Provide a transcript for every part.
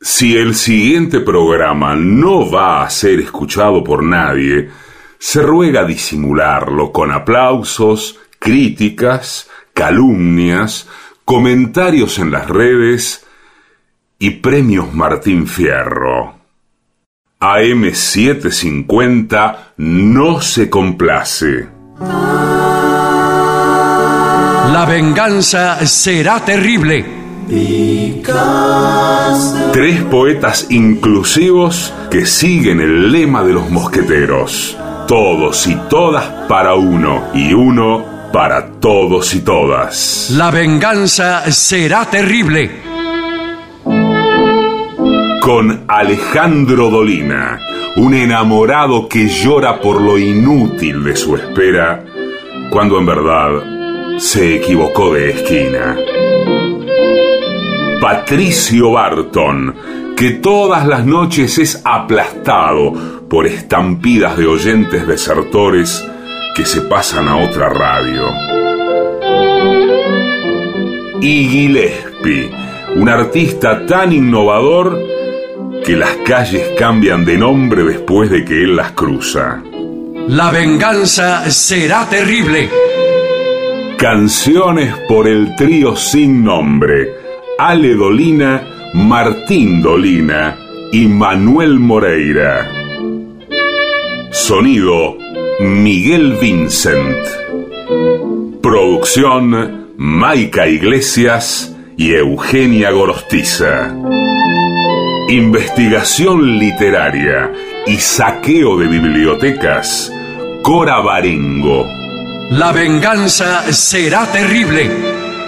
Si el siguiente programa no va a ser escuchado por nadie, se ruega disimularlo con aplausos, críticas, calumnias, comentarios en las redes y premios Martín Fierro. AM750 no se complace. La venganza será terrible. Tres poetas inclusivos que siguen el lema de los mosqueteros. Todos y todas para uno y uno para todos y todas. La venganza será terrible. Con Alejandro Dolina, un enamorado que llora por lo inútil de su espera, cuando en verdad se equivocó de esquina. Patricio Barton, que todas las noches es aplastado por estampidas de oyentes desertores que se pasan a otra radio. Y Gillespie, un artista tan innovador que las calles cambian de nombre después de que él las cruza. La venganza será terrible. Canciones por el trío sin nombre. Ale Dolina, Martín Dolina y Manuel Moreira. Sonido Miguel Vincent. Producción Maica Iglesias y Eugenia Gorostiza. Investigación literaria y saqueo de bibliotecas Cora Barengo. La venganza será terrible.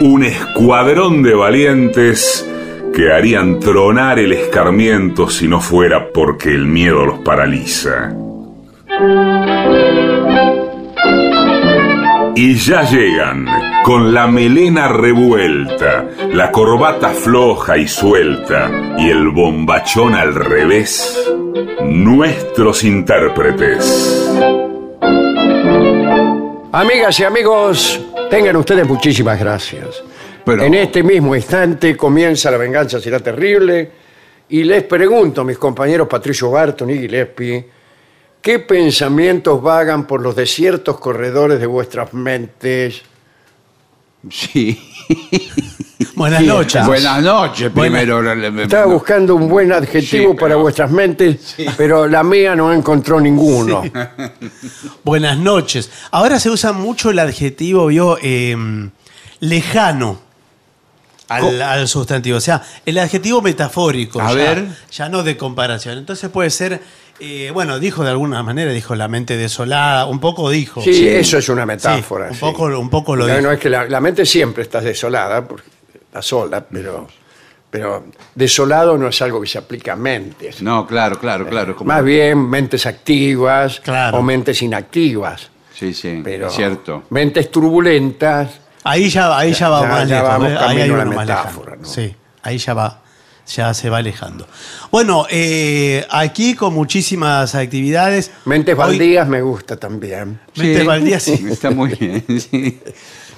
Un escuadrón de valientes que harían tronar el escarmiento si no fuera porque el miedo los paraliza. Y ya llegan, con la melena revuelta, la corbata floja y suelta y el bombachón al revés, nuestros intérpretes. Amigas y amigos, tengan ustedes muchísimas gracias. Pero- En este mismo instante comienza la venganza, será terrible. Y les pregunto a mis compañeros Patricio Barton y Gillespie, ¿qué pensamientos vagan por los desiertos corredores de vuestras mentes? Sí. Buenas noches. Buenas noches, primero. le- le- Estaba no. buscando un buen adjetivo Sí, para pero- vuestras mentes, pero la mía no encontró ninguno. Buenas noches. Ahora se usa mucho el adjetivo, vio, em, lejano al, al sustantivo. O sea, el adjetivo metafórico. A ya, ver. Ya no de comparación. Entonces puede ser, eh, bueno, dijo de alguna manera, dijo la mente desolada, un poco dijo. Sí, eso es una Sí, metáfora. un, sí. poco, un poco lo No, dijo. no, es que la, la mente siempre está desolada, porque está sola, pero, pero desolado no es algo que se aplica a mentes. No, claro, claro, claro. como- Más bien mentes activas Claro. o mentes inactivas. Sí, sí, Pero es cierto. Mentes turbulentas. Ahí ya, ahí ya va Ya- más ya lejos, vamos ¿eh? Ahí camino hay a la uno más metáfora, lejano. ¿no? Sí, ahí ya va. Ya se va alejando. Bueno, eh, aquí con muchísimas actividades. Mentes Hoy- baldías me gusta también. Mentes baldías, sí. Está muy bien, sí.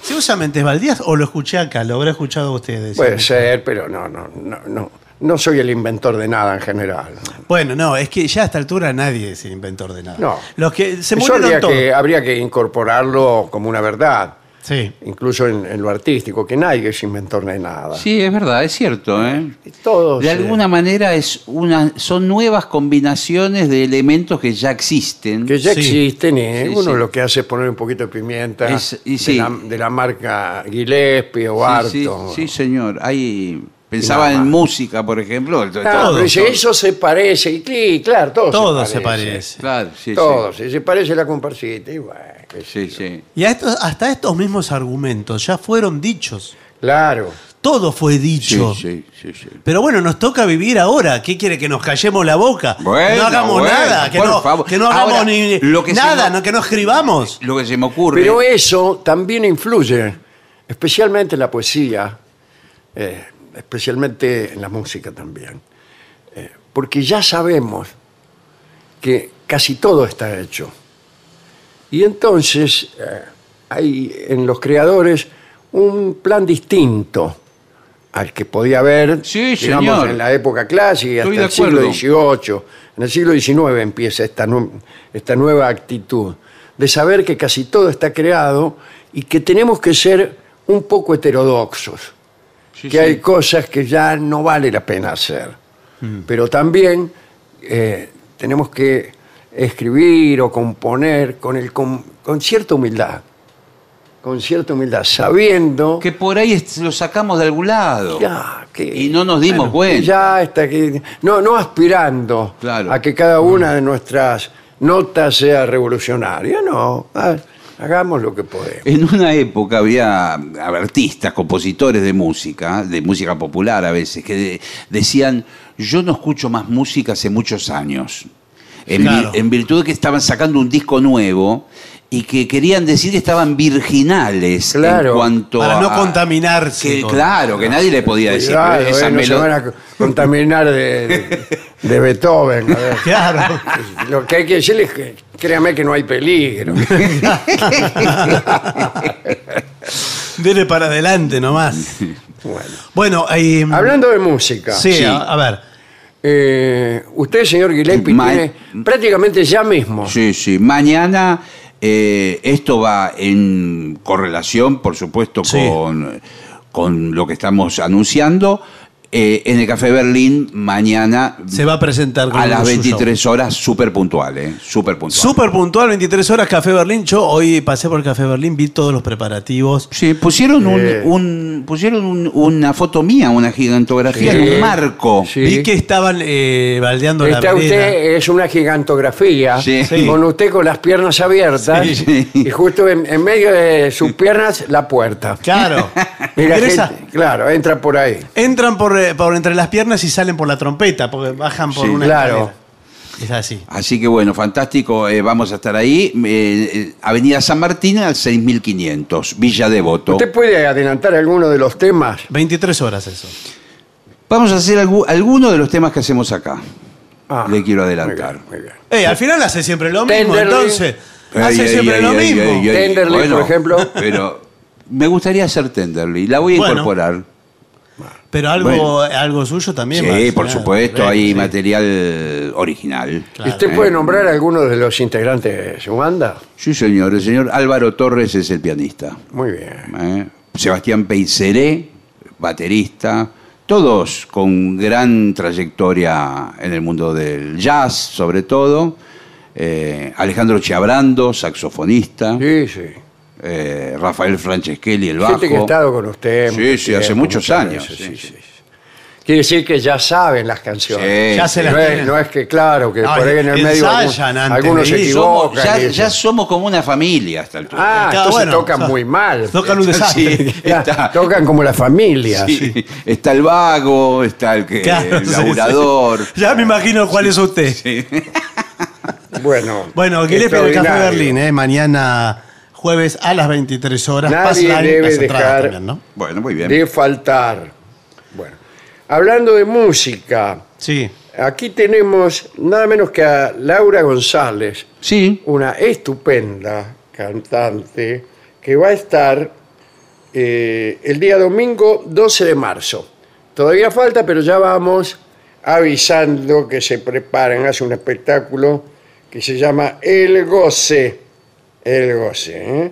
¿Se usa mentes baldías o lo escuché acá? Lo habrá escuchado ustedes. Puede ser, pero no, no, no, no. No soy el inventor de nada en general. Bueno, no, es que ya a esta altura nadie es inventor de nada. No. Los que se Eso habría murieron todos. que, habría que incorporarlo como una verdad, Sí. incluso en, en lo artístico, que nadie es inventor de nada. Sí, es verdad, es cierto. ¿eh? Todos, De eh, alguna manera es una, son nuevas combinaciones de elementos que ya existen. que ya Sí. existen y uno sí. lo que hace es poner un poquito de pimienta Es- y de, sí. la, de la marca Gillespie o Barton. Sí, sí, sí, señor. Hay, pensaba nada en más. música, por ejemplo. el- Claro, Todos, pero dice, todos. eso se parece, y sí, claro, todo, Todo se se parece. parece. Claro, sí, sí. Todo, sí, se parece la comparsita, y bueno, qué sé Sí, yo. sí. Y a estos- hasta estos mismos argumentos ya fueron dichos. Claro. Todo fue Sí, dicho. sí, sí, sí. Pero bueno, nos toca vivir ahora. ¿Qué quiere? ¿Que nos callemos la boca? Bueno, no hagamos bueno, nada. Que por no, favor. que no hagamos Ahora, ni lo que se nada, no- no, que no escribamos. Lo que se me ocurre. Pero eso también influye, especialmente en la poesía, eh, especialmente en la música también. Eh, porque ya sabemos que casi todo está hecho. Y entonces eh, hay en los creadores un plan distinto al que podía haber Sí, digamos, señor. en la época clásica, hasta Estoy de el siglo acuerdo. XVIII. En el siglo XIX empieza esta, nu- esta nueva actitud de saber que casi todo está creado y que tenemos que ser un poco heterodoxos Sí, que sí. hay cosas que ya no vale la pena hacer. Pero también eh, tenemos que escribir o componer con, el, con, con cierta humildad. Con cierta humildad, sabiendo Que por ahí es- lo sacamos de algún lado. ya, que, Y no nos dimos que cuenta. ya está aquí- no, no aspirando Claro. a que cada una de nuestras notas sea revolucionaria, no. Ah, hagamos lo que podemos. En una época había a ver, artistas, compositores de música, de música popular a veces, que de- decían, yo no escucho más música hace muchos años. En, vi- Claro. en virtud de que estaban sacando un disco nuevo y que querían decir que estaban virginales Claro. en cuanto Para no a- contaminarse que- todo. claro, que nadie le podía decir. Cuidado, pero esa eh, no se melo- van a contaminar de, de- de Beethoven. a ver. Claro. Lo que hay que decirles es que créame que no hay peligro. Dele para adelante nomás. Bueno. Bueno, eh, Hablando de música, sí, Sí. A, a ver. eh, usted, señor Guilherme, Ma- tiene prácticamente ya mismo. Sí, sí. Mañana eh, esto va en correlación, por supuesto, Sí. con, con lo que estamos anunciando. Eh, en el Café Berlín, mañana Se va a presentar con a las su show. 23 horas, súper puntual, ¿eh? Súper puntual. Súper puntual, 23 horas, Café Berlín. Yo hoy pasé por el Café Berlín, vi todos los preparativos. Sí, pusieron, un, Eh. un- pusieron un- una foto mía, una gigantografía Sí. en un marco. Sí. Vi que estaban eh, baldeando la Está vereda. usted, es una gigantografía, Sí. Sí. con usted con las piernas abiertas Sí. y justo en, en medio de sus piernas la puerta. Claro. Y la Ingresa- gente, claro, entra por ahí. Entran por, eh, por entre las piernas y salen por la trompeta, porque bajan por Sí, una claro. escalera. Es así. Así que bueno, fantástico, eh, vamos a estar ahí. eh, eh, Avenida San Martín al 6500, Villa Devoto. ¿Usted puede adelantar alguno de los temas? 23 horas eso. Vamos a hacer algu- alguno de los temas que hacemos acá. Ah, Le quiero adelantar. muy bien, muy bien. Ey, Eh, al final hace siempre lo mismo, Tenderly. entonces. Ey, Hace ey, siempre ey, lo ey, mismo. ey, ey, ey. Tenderly, por ejemplo. Pero me gustaría hacer Tenderly. La voy a Bueno. incorporar. Pero algo, Bueno. algo suyo también. va a Sí, ser, por claro. supuesto, Bueno, hay sí. material original. Eh, Claro. ¿Usted puede nombrar a alguno de los integrantes de su banda? Sí, señor. El señor Álvaro Torres es el pianista. Muy bien. ¿eh? Sebastián Peiseré, baterista. Todos con gran trayectoria en el mundo del jazz, sobre todo. Eh, Alejandro Chiabrando, saxofonista. Sí, sí. Eh, Rafael Franceschelli, el bajo. Gente que ha estado con usted. Sí, mucho sí, hace muchos muchas años, veces, sí, sí. Quiere decir que ya saben las canciones. Sí, Ya se sí. las No es, tienen. no es que, claro, que No, por ahí en el medio algún- ensayan antes algunos se de ir. equivocan. Somos- ya, y eso. ya somos como una familia a esta altura. ah, Está entonces bueno, tocan o sea, muy mal. Tocan un desastre. Sí. Ya, está. tocan como la familia. Sí, Está el vago, está el que Claro, el sí, laburador. sí. Ya me imagino cuál es usted. Bueno, Bueno, Gillespie en el Café extraordinario. Berlín, ¿eh? mañana jueves a las 23 horas. Nadie Pasan debe las entradas dejar- también, ¿no? Bueno, muy bien. De faltar. Bueno, hablando de música, Sí. aquí tenemos nada menos que a Laura González. Sí. una estupenda cantante que va a estar eh, el día domingo 12 de marzo. Todavía falta, pero ya vamos avisando que se preparan. Hace un espectáculo que se llama El Goce. El Goce. ¿eh?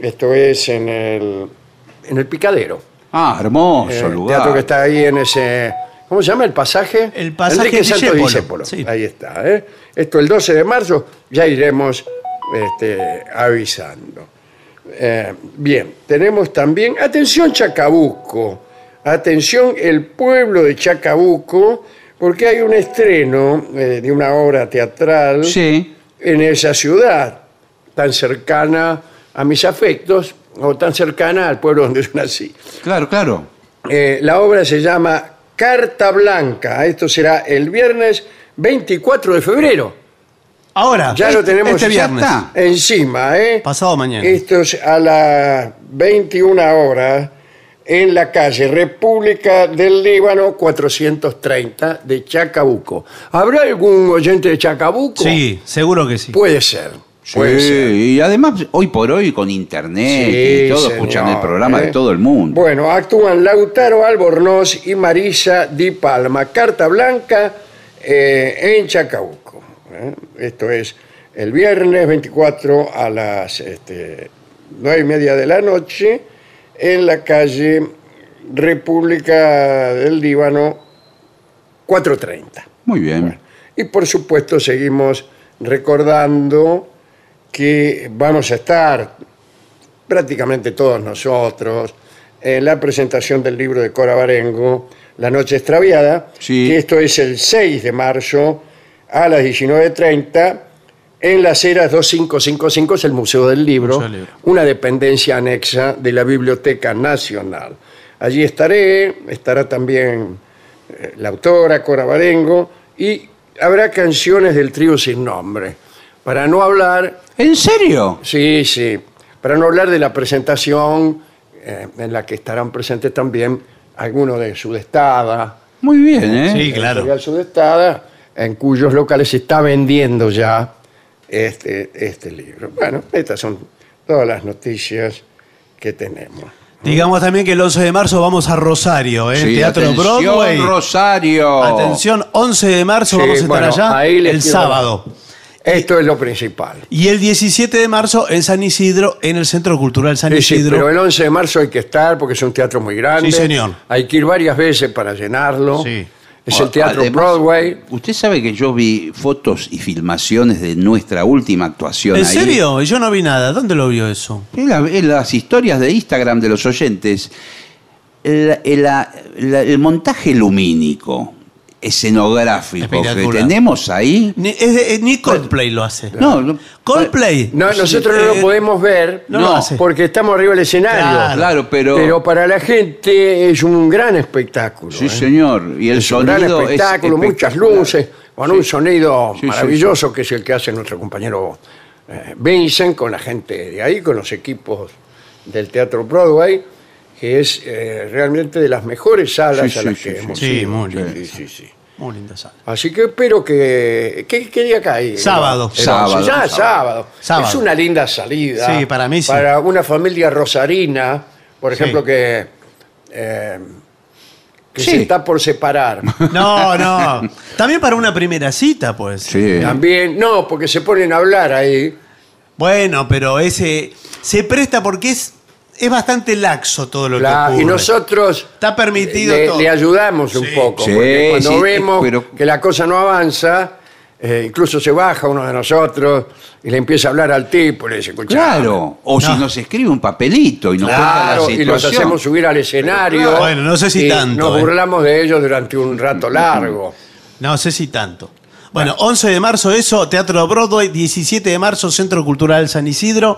Esto es en el, en el Picadero. Ah, Oh, hermoso El Eh, lugar. teatro que está ahí en ese. ¿Cómo se llama el pasaje? El pasaje Enrique Santos Discépolo. Discépolo. Sí. Ahí está. ¿eh? Esto el 12 de marzo, ya iremos este, avisando. Eh, bien, tenemos también. Atención, Chacabuco. Atención, el pueblo de Chacabuco, porque hay un estreno eh, de una obra teatral Sí. en esa ciudad tan cercana a mis afectos o tan cercana al pueblo donde yo nací. Claro, claro. Eh, la obra se llama Carta Blanca. Esto será el viernes 24 de febrero. Ahora, Ya lo tenemos este ya viernes. está. encima. ¿eh? Pasado mañana. Esto es a las 21 horas en la calle República del Líbano 430 de Chacabuco. ¿Habrá algún oyente de Chacabuco? Sí, seguro que sí. Puede ser. Puede ser. y además, hoy por hoy, con internet Sí, y todo, señor, escuchan el programa ¿eh? de todo el mundo. Bueno, actúan Lautaro Albornoz y Marisa Di Palma. Carta Blanca eh, en Chacabuco. ¿eh? Esto es el viernes 24 a las este, 9 y media de la noche en la calle República del Líbano 430. Muy bien. Y por supuesto seguimos recordando que vamos a estar prácticamente todos nosotros en la presentación del libro de Cora Barengo, La Noche Extraviada, Sí. que esto es el 6 de marzo a las 19.30 en las Heras 2555, es el Museo del Libro, Museo del Libro. una dependencia anexa de la Biblioteca Nacional. Allí estaré, estará también eh, la autora Cora Barengo y habrá canciones del trío sin nombre. Para no hablar ¿En serio? Sí, sí. Para no hablar de la presentación eh, en la que estarán presentes también algunos de Sudestada, Muy bien, ¿eh? Sí, el claro. Editorial Sudestada, en cuyos locales se está vendiendo ya este, este libro. Bueno, estas son todas las noticias que tenemos. Digamos también que el 11 de marzo vamos a Rosario, ¿eh? Sí, Teatro atención, Broadway. Rosario. Atención, 11 de marzo Sí, vamos a estar bueno, allá ahí les el quiero- sábado. Esto es lo principal. Y el 17 de marzo en San Isidro, en el Centro Cultural San Sí, sí, Isidro. pero el 11 de marzo hay que estar porque es un teatro muy grande. Sí, señor. Hay que ir varias veces para llenarlo. Sí. Es el teatro Ah, Además, Broadway. Usted sabe que yo vi fotos y filmaciones de nuestra última actuación ¿En ahí. serio? Yo no vi nada. ¿Dónde lo vio eso? En, la- en las historias de Instagram de los oyentes, el, el- la- la- el montaje lumínico, escenográfico que Espectacular. tenemos ahí. Ni, es de- eh, ni Coldplay lo hace. No, no. Coldplay. No, Pues, nosotros no Eh, lo podemos ver no lo no, hace. porque estamos arriba del escenario. Claro, claro, pero- Pero para la gente es un gran espectáculo. Sí, ¿eh? señor. Y el Es un sonido gran es espectáculo, muchas espectacular. luces, con un sonido Sí, sí, maravilloso que es el que hace nuestro compañero eh, Vincent con la gente de ahí, con los equipos del Teatro Broadway, que es eh, realmente de las mejores salas Sí, a sí, las sí, que sí. hemos Sí, ido. muy sí, bien. sí, sí. Muy linda sala. Así que espero que. ¿Qué, qué día cae? Sábado. El Sábado. once. Ya, Sábado. sábado. Sábado. Es una linda salida. Sí, para mí sí. Para una familia rosarina, por Sí. ejemplo, que. eh, que Sí. se está por separar. No, no. También para una primera cita, pues. Sí. También. No, porque se ponen a hablar ahí. Bueno, pero ese se presta porque es, es bastante laxo todo lo la- que ocurre. y nosotros. Está permitido le, todo. le ayudamos un Sí. poco. Sí, porque cuando sí, vemos pero- que la cosa no avanza. eh, incluso se baja uno de nosotros y le empieza a hablar al tipo y le dice, "Escuchá, Claro. O si No. nos escribe un papelito y nos Claro, cuenta la y los situación. hacemos subir al escenario. Claro, bueno, no sé si y tanto, Nos eh. burlamos de ellos durante un rato largo. No sé si tanto. Bueno, 11 de marzo eso, Teatro Broadway, 17 de marzo, Centro Cultural San Isidro.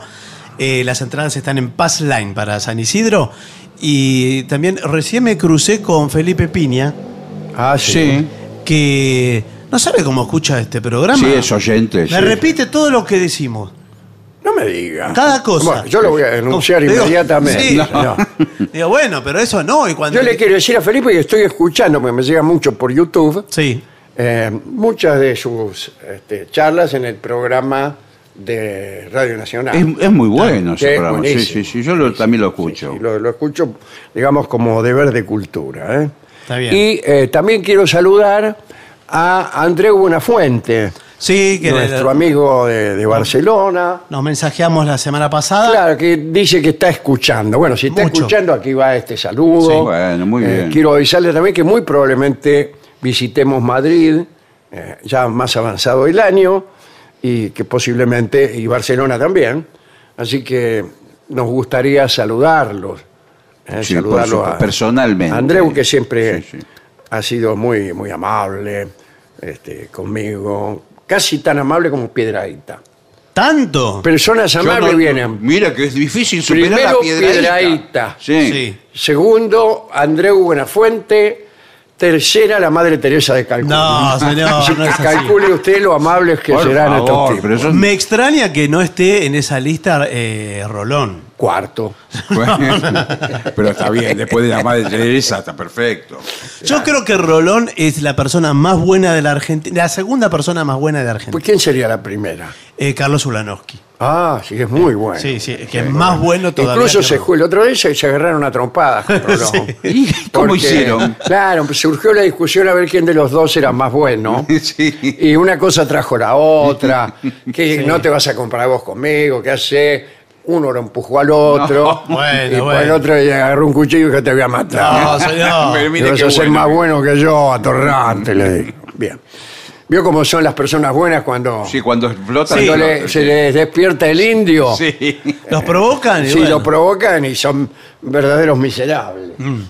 Eh, las entradas están en Pass Line para San Isidro. Y también recién me crucé con Felipe Piña, Ah, Sí. que no sabe cómo escucha este programa. Sí, es oyente. Me sí. repite todo lo que decimos. No me diga. Cada cosa. Ah. Bueno, yo lo voy a denunciar Digo, inmediatamente. sí. No. Digo, bueno, pero eso no. Y cuando Yo le quiero decir a Felipe que estoy escuchando, porque me llega mucho por YouTube, Sí. eh, muchas de sus este, charlas en el programa de Radio Nacional. Ah, Es, es muy bueno Sí, ese es programa. Sí, buenísimo. sí, sí. Yo lo- también lo escucho. Sí, lo, lo escucho, digamos, como deber de cultura. ¿eh? Está bien. Y eh, también quiero saludar a Andreu Buenafuente, Sí, que nuestro amigo de, de Barcelona. nos mensajeamos la semana pasada. Claro, que dice que está escuchando. Bueno, si está Mucho. escuchando, aquí va este saludo. Sí, bueno, muy bien. eh, Quiero avisarle también que muy probablemente visitemos Madrid, eh, ya más avanzado el año, y que posiblemente, y Barcelona también. Así que nos gustaría saludarlos. eh, Sí, por saludarlo supuesto, personalmente. Andreu, que siempre Sí, sí. ha sido muy, muy amable este, conmigo, casi tan amable como Piedraíta. ¿Tanto? Personas Yo amables no- vienen. Mira que es difícil superar Primero, la piedraíta. Piedrahíta. Sí. Sí. Segundo, Andreu Buenafuente. tercera la madre Teresa de Calcuta. No, señor, no es así. Calcule usted lo amables que Por serán estos favor, tipos. pero eso- Me extraña que no esté en esa lista eh, Rolón. Cuarto. Bueno, pero está bien, después de la madre Teresa está perfecto. Yo creo que Rolón es la persona más buena de la Argentina, la segunda persona más buena de Argentina. Pues ¿quién sería la primera? Eh, Carlos Ulanowski. Ah, sí, es muy bueno. sí, sí, que es más bueno todavía. Incluso que se Rolón. jue- la otra vez se, se agarraron a trompadas con Rolón. ¿Y cómo Porque, hicieron? Claro, pues surgió la discusión a ver quién de los dos era más bueno. Sí. Y una cosa trajo la otra, que no te vas a comparar vos conmigo, ¿qué hace? Uno lo empujó al otro, No, bueno, y después bueno. el otro le agarró un cuchillo y que te había matado. No, señor. Pero Te mire vas qué a ser bueno. más bueno que yo, atorrante, le dijo. Bien. ¿Vio cómo son las personas buenas cuando, Sí, cuando explota. Sí. cuando explota. le- se les despierta el indio? Sí. Los provocan. y Sí, bueno. lo provocan y son verdaderos miserables. Mm.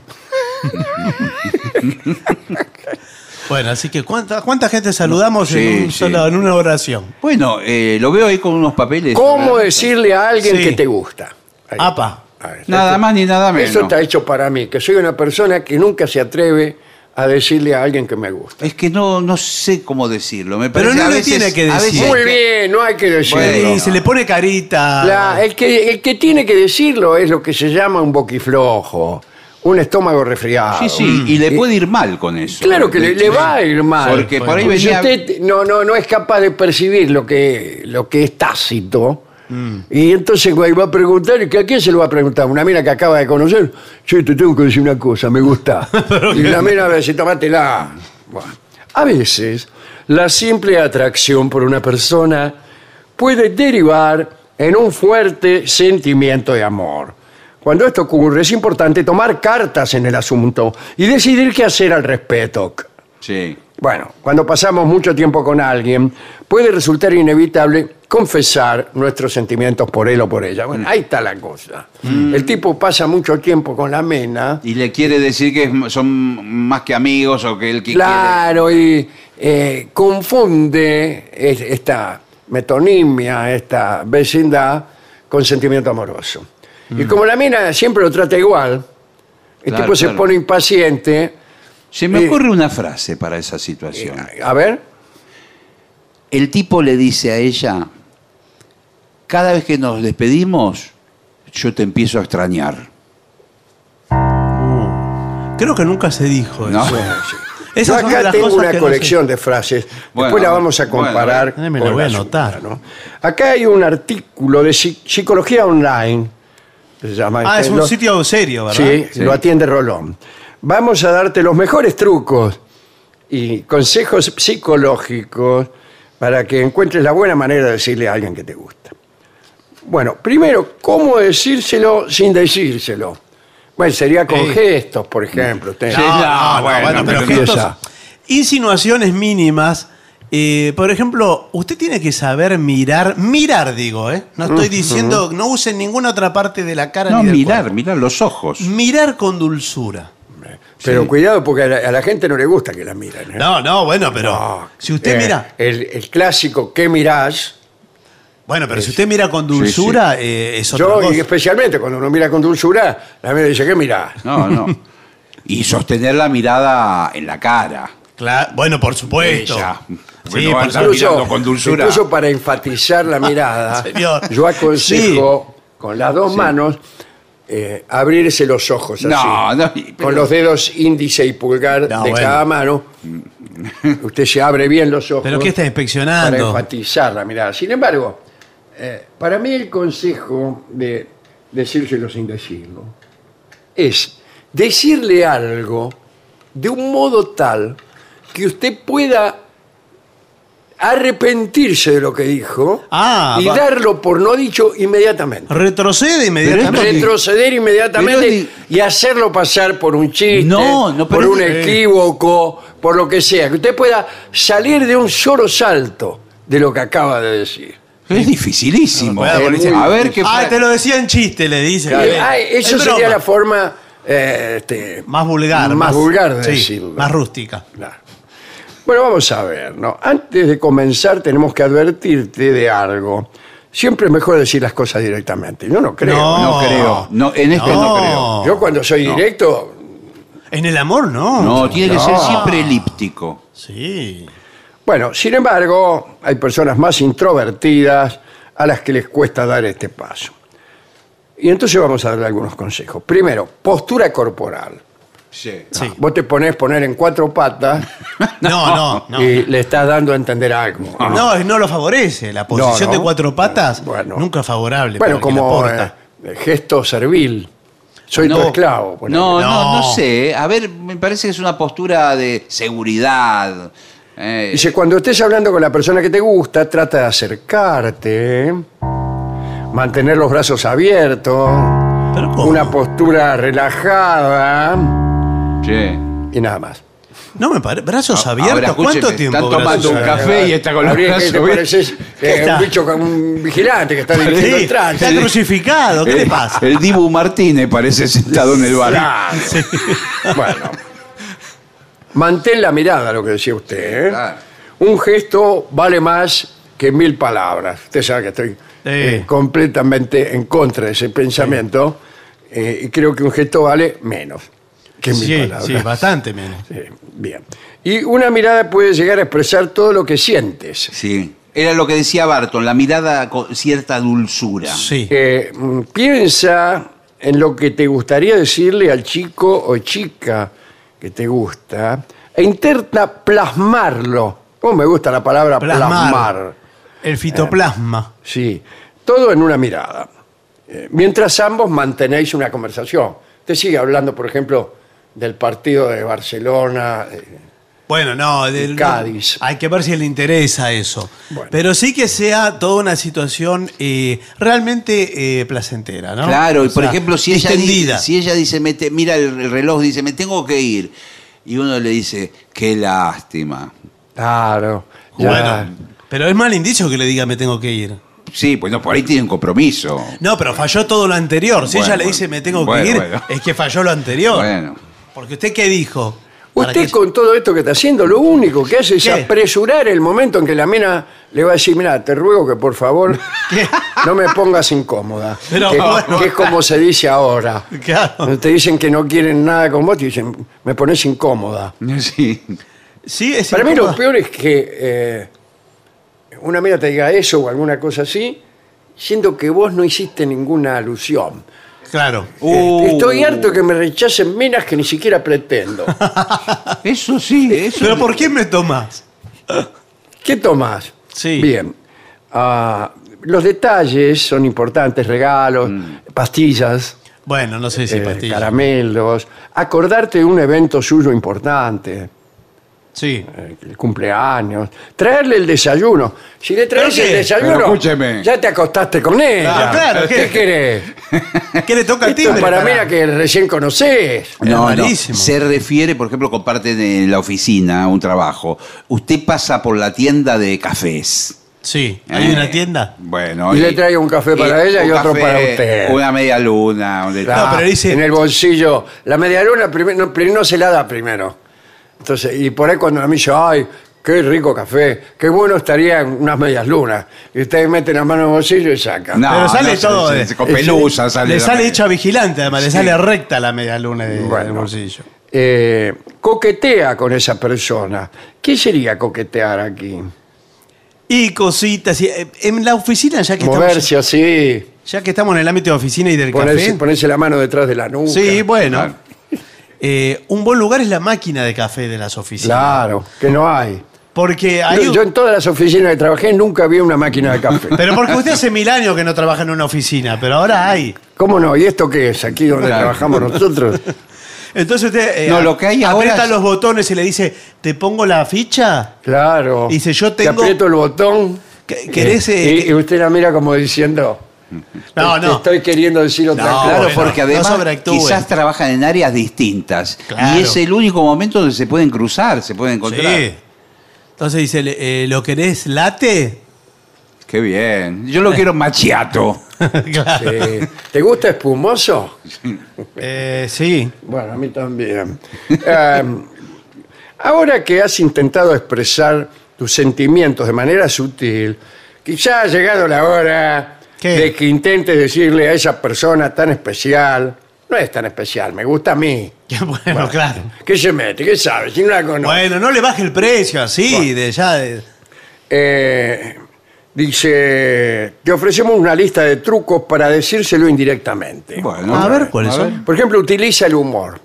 Bueno, así que ¿cuánta, cuánta gente saludamos Sí, en, un sí. solo- en una oración? Pues Bueno, eh, lo veo ahí con unos papeles. Ah, ¿Cómo ¿verdad? decirle a alguien Sí. que te gusta? Ahí. Apa. A ver, Nada esto- más ni nada menos. Este, Eso está hecho para mí, que soy una persona que nunca se atreve a decirle a alguien que me gusta. Es que no, no sé cómo decirlo. Me Pero parece no a le veces- tiene que a veces- decir. Sí, Muy bien, no hay que decirlo. Y se le pone carita. La- el, que, el que tiene que decirlo es lo que se llama un boquiflojo, un estómago resfriado. Sí, sí, y le puede ir mal con eso. Claro que le, le va a ir mal. Porque por ahí Porque si venía. usted no, no, no es capaz de percibir lo que, lo que es tácito. Y entonces güey, va a preguntar, ¿y que ¿a quién se lo va a preguntar? Una mina que acaba de conocer, che, te tengo que decir una cosa, me gusta. y la mina va a decir, tomátela. Bueno, a veces, la simple atracción por una persona puede derivar en un fuerte sentimiento de amor. Cuando esto ocurre, es importante tomar cartas en el asunto y decidir qué hacer al respecto. Sí. Bueno, cuando pasamos mucho tiempo con alguien, puede resultar inevitable confesar nuestros sentimientos por él o por ella. Bueno, ahí está la cosa. El tipo pasa mucho tiempo con la mena. Y le quiere decir que es- son más que amigos o que él que Claro, y eh, confunde es- esta metonimia, esta vecindad, con sentimiento amoroso. Y como la mina siempre lo trata igual, el Mm. Claro, tipo se claro. pone impaciente. quiere. Se me Eh, ocurre una frase para esa situación. A ver, El tipo le dice a ella: Cada vez que nos despedimos, yo te empiezo a extrañar. Uh. Creo que nunca se dijo ¿No? eso. yo Esas son acá las tengo cosas una que no se- colección de frases. Bueno, Después la vamos a bueno, comparar. déjeme, la con voy a la anotar. suya, ¿no? Acá hay un artículo de psi- psicología online. Se llama, Ah, es este, un lo- sitio serio, ¿verdad? Sí, Sí. lo atiende Rolón. Vamos a darte los mejores trucos y consejos psicológicos para que encuentres la buena manera de decirle a alguien que te gusta. Bueno, primero, ¿cómo decírselo sin decírselo? Bueno, sería con Sí. gestos, por ejemplo. usted- No, no, no, bueno, pero empieza. gestos- Insinuaciones mínimas. Eh, por ejemplo, usted tiene que saber mirar, mirar digo, ¿eh? No estoy diciendo, no use ninguna otra parte de la cara No, ni del mirar, cuerpo. mirar los ojos. Mirar con dulzura. Pero cuidado porque a la, a la gente no le gusta que la miren. ¿eh? No, no, bueno, pero si usted Eh, mira, El, el clásico ¿qué mirás? bueno, pero si usted mira con dulzura eh, es otra Yo, y cosa. especialmente cuando uno mira con dulzura, la mía dice, ¿qué mirás? No, no. Y sostener la mirada en la cara. Cla- bueno, por supuesto. Ella. Porque Sí, no va a por estar supuesto. mirando con dulzura. incluso para enfatizar la mirada, Señor. yo aconsejo con las dos manos eh, abrirse los ojos así. No, no, y- Con los dedos índice y pulgar No, de bueno. cada mano. Usted se abre bien los ojos. Pero ¿qué está inspeccionando? Para enfatizar la mirada. Sin embargo, eh, para mí el consejo de decírselo sin decirlo es decirle algo de un modo tal que usted pueda arrepentirse de lo que dijo Ah, y va. darlo por no dicho inmediatamente. Retrocede inmediatamente. Retroceder inmediatamente Pero y hacerlo pasar por un chiste, No, no, por pero un es- equívoco, por lo que sea. Que usted pueda salir de un solo salto de lo que acaba de decir. Es dificilísimo. Bueno, porque a ver qué Ah, fra- te lo decía en chiste, le dice. Eh, ah, eso Es sería broma. la forma eh, este, más vulgar. más, vulgar de sí, decirlo. Más rústica. Claro. Bueno, vamos a ver, ¿no? Antes de comenzar tenemos que advertirte de algo. Siempre es mejor decir las cosas directamente. Yo no creo. No. No este creo. No, en esto no, creo. No. Yo cuando soy directo, En el amor, no. No, tiene que ser No. siempre elíptico. Sí. Bueno, sin embargo, hay personas más introvertidas a las que les cuesta dar este paso. Y entonces vamos a darle algunos consejos. Primero, postura corporal. Ah, Sí. Sí. Vos te pones poner en cuatro patas No, no, no. y le estás dando a entender algo. No, no lo favorece. La posición Ah. No, no. de cuatro patas Bueno. nunca favorable. bueno, para el que la como porta. eh, gesto servil. Soy tu esclavo. ponele. No, no, No. no sé. A ver, me parece que es una postura de seguridad. eh, Dice, cuando estés hablando con la persona que te gusta, trata de acercarte, mantener los brazos abiertos, Pero ¿cómo? una postura relajada che. y nada más. No me parece. Brazos A- Ah, abiertos. ahora, escúcheme, ¿Cuánto tiempo? están tomando brazos un abiertos? café y está con los Habría que- brazos te abiertos. pareces, eh, ¿Qué está? un bicho con un vigilante que está Sí, dirigiendo el Eh, está tránsito. crucificado. ¿Qué El- le pasa? Eh, El Dibu Martínez parece sentado en el bar. Ah, Claro. Bueno. Mantén la mirada, lo que decía usted. ¿eh? Claro. Un gesto vale más que mil palabras. Usted sabe que estoy eh, completamente en contra de ese pensamiento eh, y creo que un gesto vale menos que mil Sí, palabras. sí, bastante menos. Sí, bien. Y una mirada puede llegar a expresar todo lo que sientes. Sí. Era lo que decía Barton, la mirada con cierta dulzura. Sí. Eh, mm, piensa en lo que te gustaría decirle al chico o chica que te gusta e intenta plasmarlo. ¿Cómo me gusta la palabra plasmar? Eh, Plasmar. El fitoplasma. Sí, todo en una mirada. Eh, mientras ambos mantenéis una conversación. Te sigue hablando, por ejemplo, del partido de Barcelona. eh, Bueno, no, del, Cádiz. hay que ver si le interesa eso. Bueno. Pero sí que sea toda una situación eh, realmente eh, placentera, ¿no? Claro, y O por sea, ejemplo, si ella, distendida. dice, si ella dice, me te- mira el el reloj, dice, me tengo que ir. Y uno le dice, qué lástima. Claro. ya- Bueno, pero es mal indicio que le diga me tengo que ir. Sí, pues no, por ahí tiene un compromiso. No, pero falló todo lo anterior. Si Bueno, ella le bueno. dice me tengo Bueno, que ir, bueno. es que falló lo anterior. Bueno. Porque usted qué dijo? Para Usted que- con todo esto que está haciendo, lo único que hace es ¿Qué? apresurar el momento en que la mina le va a decir, mira, te ruego que por favor ¿Qué? no me pongas incómoda. Pero que, bueno. que es como se dice ahora. Claro. Cuando Te dicen que no quieren nada con vos, te dicen, me pones incómoda. Sí. Sí, es Para mí lo incómoda. peor es que eh, una mina te diga eso o alguna cosa así, siendo que vos no hiciste ninguna alusión. Claro. Uh, Este, Estoy harto que me rechacen minas que ni siquiera pretendo. Eso sí, eso Pero sí. ¿por qué me tomas? ¿Qué tomás? Sí. Bien. Ah, los detalles son importantes, regalos, pastillas, Mm. Bueno, no sé si eh, pastillas. caramelos, acordarte de un evento suyo importante, Sí. eh, el cumpleaños, traerle el desayuno. Si le traes ¿Pero el qué? desayuno, Pero escúcheme. ya te acostaste con ella. Ah, claro, ¿qué ¿qué? querés? ¿Qué le toca al Esto timbre? es para mí la que recién conocés. Es No, no. rarísimo. Se refiere, por ejemplo, comparten en la oficina un trabajo. Usted pasa por la tienda de cafés. Sí. ¿Hay Eh, una tienda? Bueno. Y le traigo un café para ella y un otro para usted. Una media luna. un detalle. Ah, pero dice- En el bolsillo. La media luna primero- no, pri- no se la da primero. Entonces, y por ahí cuando a mí dice, ay, qué rico café, qué bueno estarían unas medias lunas. Y ustedes meten la mano en el bolsillo y sacan. No, Pero sale no, todo se- de- se- con pelusa sale. le la- sale hecha vigilante, además, le Sí. sale recta la media luna de- Bueno. del bolsillo. Eh, coquetea con esa persona. ¿Qué sería coquetear aquí? Y cositas. y, eh, en la oficina, ya que, Moverse estamos, así, ya que estamos en el ámbito de oficina y del ponerse, café. ponerse la mano detrás de la nuca. Sí, bueno. Claro. Eh, un buen lugar es la máquina de café de las oficinas. Claro, que no hay. Porque hay. Yo, yo en todas las oficinas que trabajé nunca vi una máquina de café. Pero porque usted hace mil años que no trabaja en una oficina, pero ahora hay. ¿Cómo no? ¿Y esto qué es? Aquí donde Claro. trabajamos nosotros. Entonces usted eh, No, lo que hay ahora aprieta es- los botones y le dice, ¿te pongo la ficha? Claro. Dice, yo tengo- Te aprieto el botón. ¿Qué- querés, eh, eh, y, y usted la mira como diciendo. No, "Te no. Estoy queriendo decir otra No, cosa". Claro, bueno, porque no además sobreactúen. quizás trabajan en áreas distintas. Claro. Y es el único momento donde se pueden cruzar, se pueden encontrar. Sí. Entonces dice, le- eh, ¿lo querés late? Qué bien. Yo lo quiero machiato. claro. Sí. Eh, ¿Te gusta espumoso? Eh, sí. Bueno, a mí también. Eh, ahora que has intentado expresar tus sentimientos de manera sutil, quizá ha llegado la hora ¿Qué? de que intentes decirle a esa persona tan especial. no es tan especial, me gusta a mí. bueno, claro. ¿Qué se mete? ¿Qué sabe? Si no la conozco. Bueno, no le baje el precio así, de ya. de- Eh, dice, te ofrecemos una lista de trucos para decírselo indirectamente. Bueno, a ver a cuáles ver. son. Mm. Por ejemplo, utiliza el humor.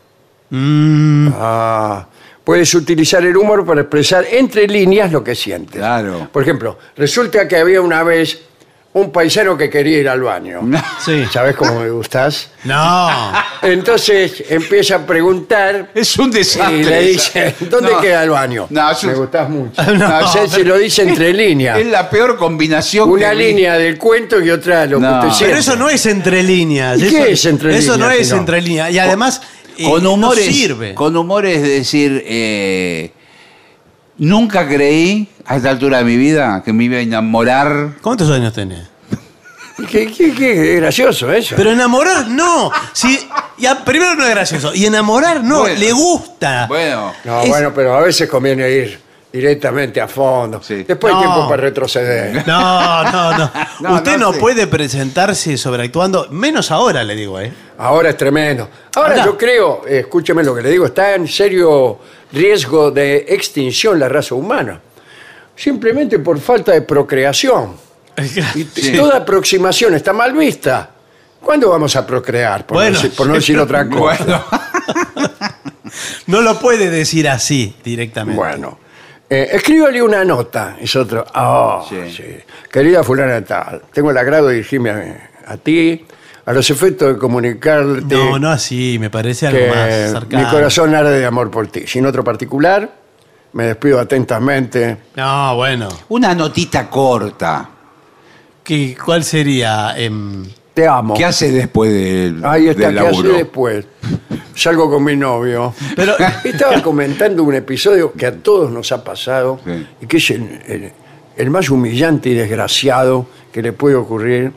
Ah, puedes utilizar el humor para expresar entre líneas lo que sientes. Claro. Por ejemplo, resulta que había una vez un paisano que quería ir al baño. Sí. ¿Sabes cómo me gustas? No. Entonces empieza a preguntar Es un desastre. y le dice, ¿dónde Ah, No. queda el baño? No, es un- me gustas mucho. No. O sea, se lo dice entre líneas. Es la peor combinación Una que vi. línea del cuento y otra lo No. que usted Pero siente. eso no es entre líneas. ¿Y eso- qué es entre Eso líneas, no es si no? entre líneas. Y además, eh, Con no humores. sirve. Con humores de decir. eh, nunca creí a esta altura de mi vida que me iba a enamorar. ¿Cuántos años tenés? ¿Qué, qué- qué gracioso ¿eh? eso. Pero enamorar no. Si, ya, primero no es gracioso. Y enamorar no. Bueno. Le gusta. Bueno. No, Es- bueno, pero a veces conviene ir directamente a fondo. Sí. Después No. hay tiempo para retroceder. No, no, no. No, Usted no no, sé. puede presentarse sobreactuando, menos ahora, le digo, ¿eh? Ahora es tremendo. Ahora Ahora- yo creo, eh, escúcheme lo que le digo, está en serio riesgo de extinción la raza humana. Simplemente por falta de procreación. Y t- Sí. toda aproximación está mal vista. ¿Cuándo vamos a procrear? Por, Bueno. no, decir, por no decir otra cosa. Bueno. No lo puede decir así directamente. Bueno, eh, escríbale una nota. Es otro. Ah, Sí. sí. Querida fulana de tal, tengo el agrado de dirigirme a, a ti a los efectos de comunicarte No, no así, me parece algo más que mi cercano. corazón arde de amor por ti. Sin otro particular, me despido atentamente. No, bueno. Una notita corta. ¿Qué, ¿Cuál sería? em, Te amo. ¿Qué hace después del, Ahí está, del ¿qué hace laburo? después? Salgo con mi novio. pero, Estaba comentando un episodio que a todos nos ha pasado Sí. y que es el, el- el más humillante y desgraciado que le puede ocurrir,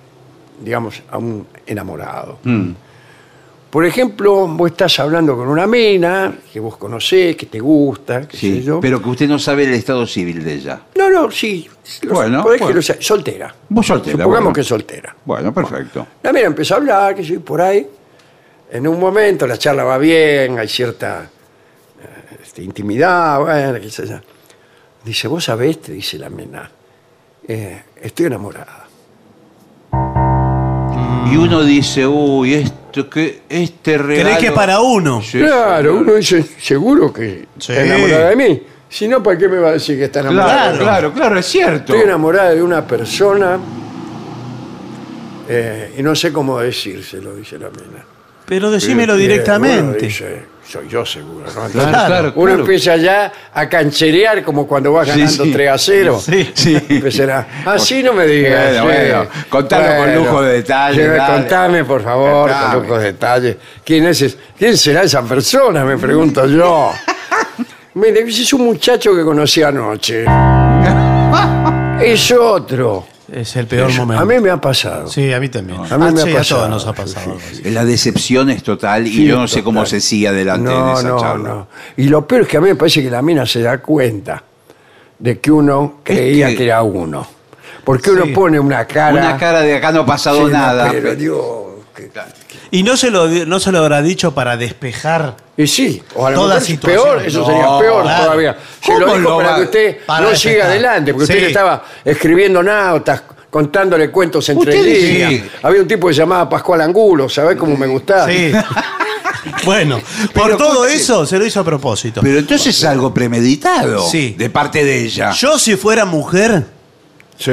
digamos, a un enamorado. Mm. Por ejemplo, vos estás hablando con una mina que vos conocés, que te gusta, qué sé Sí, yo. pero que usted no sabe el estado civil de ella. No, no, sí. lo- Bueno, podés que bueno. lo sea- soltera. Vos soltera, Supongamos bueno. que es soltera. Bueno, perfecto. La mira empezó a hablar, que soy por ahí. En un momento la charla va bien, hay cierta eh, este, intimidad, bueno, qué sé yo. Dice, vos sabés, te dice la mena, eh, estoy enamorada. Y uno dice, uy, esto que este regalo. Mm. ¿Crees que es para uno? Sí, claro, señor. uno dice, seguro que Sí. está enamorada de mí. Si no, ¿para qué me va a decir que está enamorada? Claro, claro, claro, es cierto. Estoy enamorada de una persona eh, y no sé cómo decírselo, dice la mena. Pero decímelo Eh, directamente. uno dice, soy yo seguro. ¿no? Entonces, Claro, claro, Uno claro. empieza ya a cancherear como cuando vas Sí, ganando sí. 3 a 0. Sí. Sí. Empezará, así no me digas. Bueno, bueno, contalo con lujo de detalle, sí, dale. Contame, por favor, Contame. con lujo de detalle. ¿Quién, es, ese- ¿Quién será esa persona? Me pregunto yo. Mire, ese es un muchacho que conocí anoche. Es otro. Es el peor momento. A mí me ha pasado. Sí, a mí también. A Ah, mí me Ah, sí, ha pasado. todos nos ha Sí, sí, pasado. sí. La decepción es total y Sí, yo no sé cómo total. se sigue adelante en esa charla. Y lo peor es que a mí me parece que la mina se da cuenta de que uno creía que... que- era uno. Porque uno Sí. pone una cara. Una cara de acá no ha Sí, pasado no, nada. Pero digo. que- Y no se, lo, di- no se lo habrá dicho para despejar. Y sí, o a lo Toda mejor es situación. peor, eso sería No, peor claro. todavía. Se lo ¿Cómo dijo lo para va- que usted para no despejar? siga adelante, porque Sí. usted le estaba escribiendo notas, contándole cuentos entre Usted sí. líneas. Había un tipo que se llamaba Pascual Angulo, ¿sabés cómo me gustaba? Sí. bueno, por Pero, todo escuche. eso se lo hizo a propósito. Pero entonces es algo premeditado Ah. Sí. de parte de ella. Yo si fuera mujer, Sí.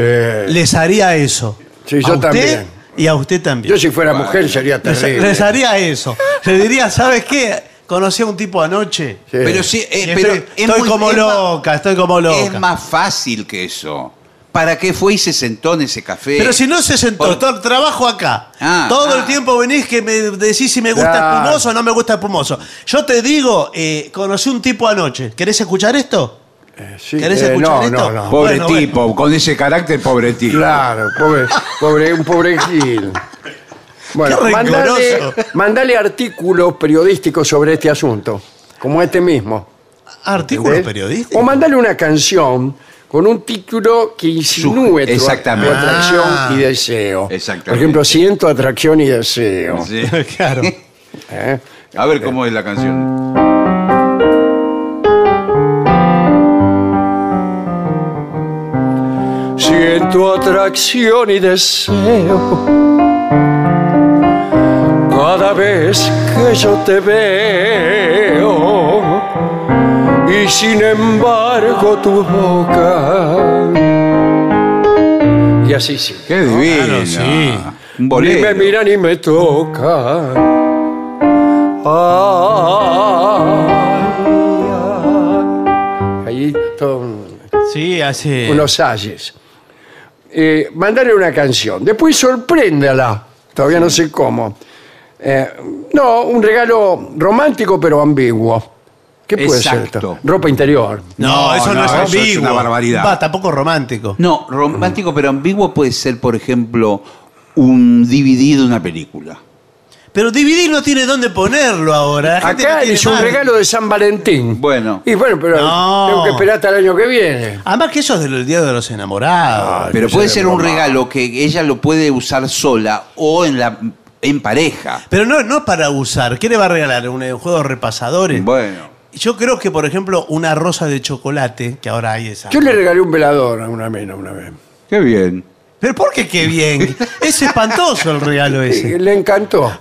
les haría eso. Sí, yo a usted también. Y a usted también. Yo si fuera mujer sería les, terrible. les haría eso. Le diría, ¿sabes qué? Conocí a un tipo anoche. Sí. Pero sí, eh, Y pero estoy, es estoy muy- como es más- loca, estoy como loca. Es más fácil que eso. ¿Para qué fue y se sentó en ese café? Pero si no se sentó, Por- to- trabajo acá. Ah, Todo el ah. tiempo venís que me decís si me gusta Claro. espumoso o no me gusta espumoso. Yo te digo, eh, conocí un tipo anoche. ¿Querés escuchar esto? Sí, ¿Querés eh, escuchar no, No, esto? no, Pobre Bueno, bueno. tipo, con ese carácter, pobre tipo. Claro, pobre, pobre, un pobre Gil. Bueno, Qué mandale, rencoroso. mandale artículos periodísticos sobre este asunto, como este mismo. Artículo ¿eh? periodístico. O mandale una canción con un título que insinúe tu, Exactamente. tu atracción Ah. y deseo. Exactamente. Por ejemplo, siento atracción y deseo. Sí. claro. ¿eh? A ver cómo es la canción. Siento atracción y deseo cada vez que yo te veo. Y sin embargo tu boca. Y así sí. Qué divino. sí. Ni me Un bolero. mira ni me toca. Ay, ay. Ahí todo un- Sí, hace. unos ayes. Eh, mandarle una canción. Después sorpréndala. Todavía no sé cómo. Eh, no, un regalo romántico pero ambiguo. ¿Qué puede ser Exacto. esto? Ropa interior. No, eso no, es eso ambiguo. es una barbaridad. Va, Ah, tampoco romántico. No, romántico pero ambiguo puede ser, por ejemplo, un DVD de una película. Pero dividir no tiene dónde ponerlo ahora. La gente no Acá tiene es un madre. regalo de San Valentín. Bueno. Y bueno, pero No. tengo que esperar hasta el año que viene. Ah. Además que eso es del Día de los Enamorados. Pero no puede sé, ser un broma. regalo que ella lo puede usar sola o en la en pareja. Pero no, no es para usar. ¿Qué le va a regalar? ¿Un eh, juego de repasadores? Bueno, Yo creo que, por ejemplo, una rosa de chocolate, que ahora hay esa. Yo le regalé un velador a una mina una vez. qué bien. Pero ¿por qué qué bien? es espantoso el regalo Y ese. le encantó,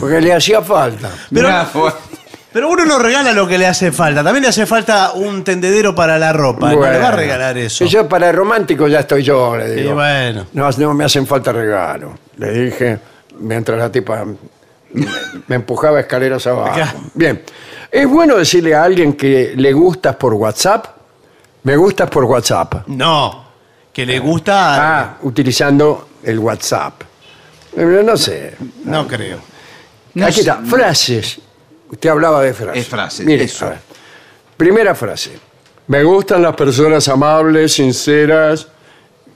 porque le hacía falta. Pero- Mirá, bueno. Pero uno no regala lo que le hace falta. También le hace falta un tendedero para la ropa. No le va a Bueno. regalar eso. Yo para romántico ya estoy yo, le Y digo. bueno. No, no me hacen falta regalos. Le dije mientras la tipa me, me empujaba escaleras abajo. Acá. Bien. Es bueno decirle a alguien que le gustas por WhatsApp. Me gustas por WhatsApp. No. Que le gusta. Ah, utilizando el WhatsApp. Eh, No sé. No creo. No Aquí sé. está, frases. Usted hablaba de frases. Es frases, Mire, eso. a ver. Primera frase. Me gustan las personas amables, sinceras,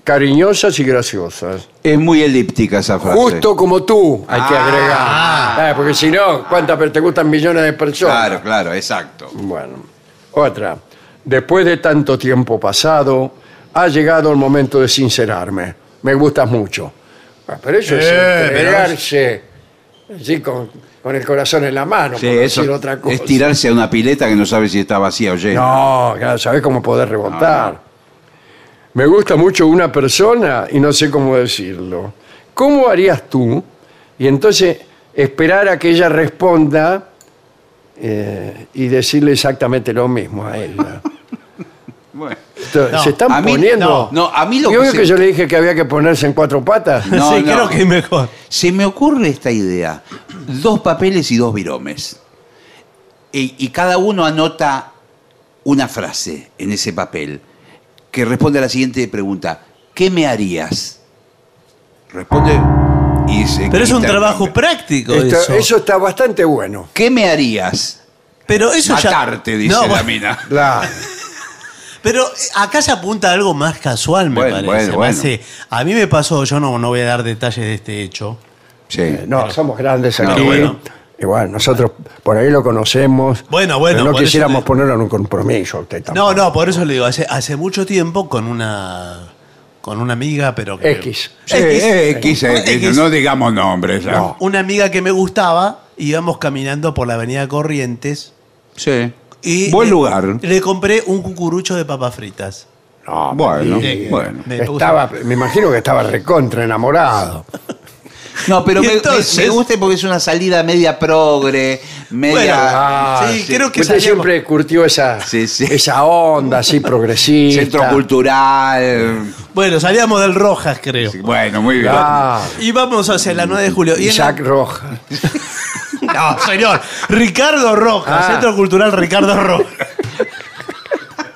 cariñosas y graciosas. Es muy elíptica esa frase. Justo como tú, hay que Ah. agregar. Ah, porque si no, ¿cuántas pero te gustan millones de personas? Claro, claro, exacto. Bueno, otra. Después de tanto tiempo pasado, ha llegado el momento de sincerarme. Me gustas mucho. Ah, pero eso Eh, es entregarse así con, con el corazón en la mano, Sí, por eso decir otra cosa. es tirarse a una pileta que no sabe si está vacía o llena. No, claro, sabés cómo poder rebotar. Me gusta mucho una persona y no sé cómo decirlo. ¿Cómo harías tú? Y entonces esperar a que ella responda eh, y decirle exactamente lo mismo a ella. Bueno. Esto- No, se están a mí- poniendo. no, no, a mí lo Yo que veo se- que yo le dije que había que ponerse en cuatro patas. No, sí, no. creo que es mejor. Se me ocurre esta idea. Dos papeles y dos viromes. Y, y cada uno anota una frase en ese papel que responde a la siguiente pregunta. ¿Qué me harías? Responde y se Pero es un quita el trabajo papel. práctico Esto- eso. eso está bastante bueno. ¿Qué me harías? Pero eso ya- Matarte, dice No, la bueno, mina. Claro. Pero eh, acá se apunta a algo más casual, me Bueno, parece. bueno, bueno. Más, eh, A mí me pasó, yo no, no voy a dar detalles de este hecho. Sí. No, somos grandes Eh, No, aquí. bueno. Igual, nosotros por ahí lo conocemos. Bueno, bueno, pero no por eso quisiéramos te- ponerlo en un compromiso a usted No, tampoco. no, por eso le digo, hace, hace mucho tiempo con una con una amiga, pero que- X. Sí, eh, X, eh, X. X, no digamos nombres. ¿ah? No. Una amiga que me gustaba, íbamos caminando por la avenida Corrientes Sí. y Buen le- lugar. Le compré un cucurucho de papas fritas. No, Bueno, Eh, bueno. me puso- Estaba, me imagino que estaba recontra enamorado. No, pero Y me- me, entonces- me gusta porque es una salida media progre, media. Bueno, Ah, sí, creo que Usted salíamos- siempre curtió esa, Sí, sí. esa onda así progresista. Centro cultural. Bueno, salíamos del Rojas, creo. Sí, Bueno, muy bien. Ah, Íbamos hacia la 9 de julio. Y en la- Isaac Roja. No, señor. Ricardo Rojas, Ah. Centro Cultural Ricardo Rojas.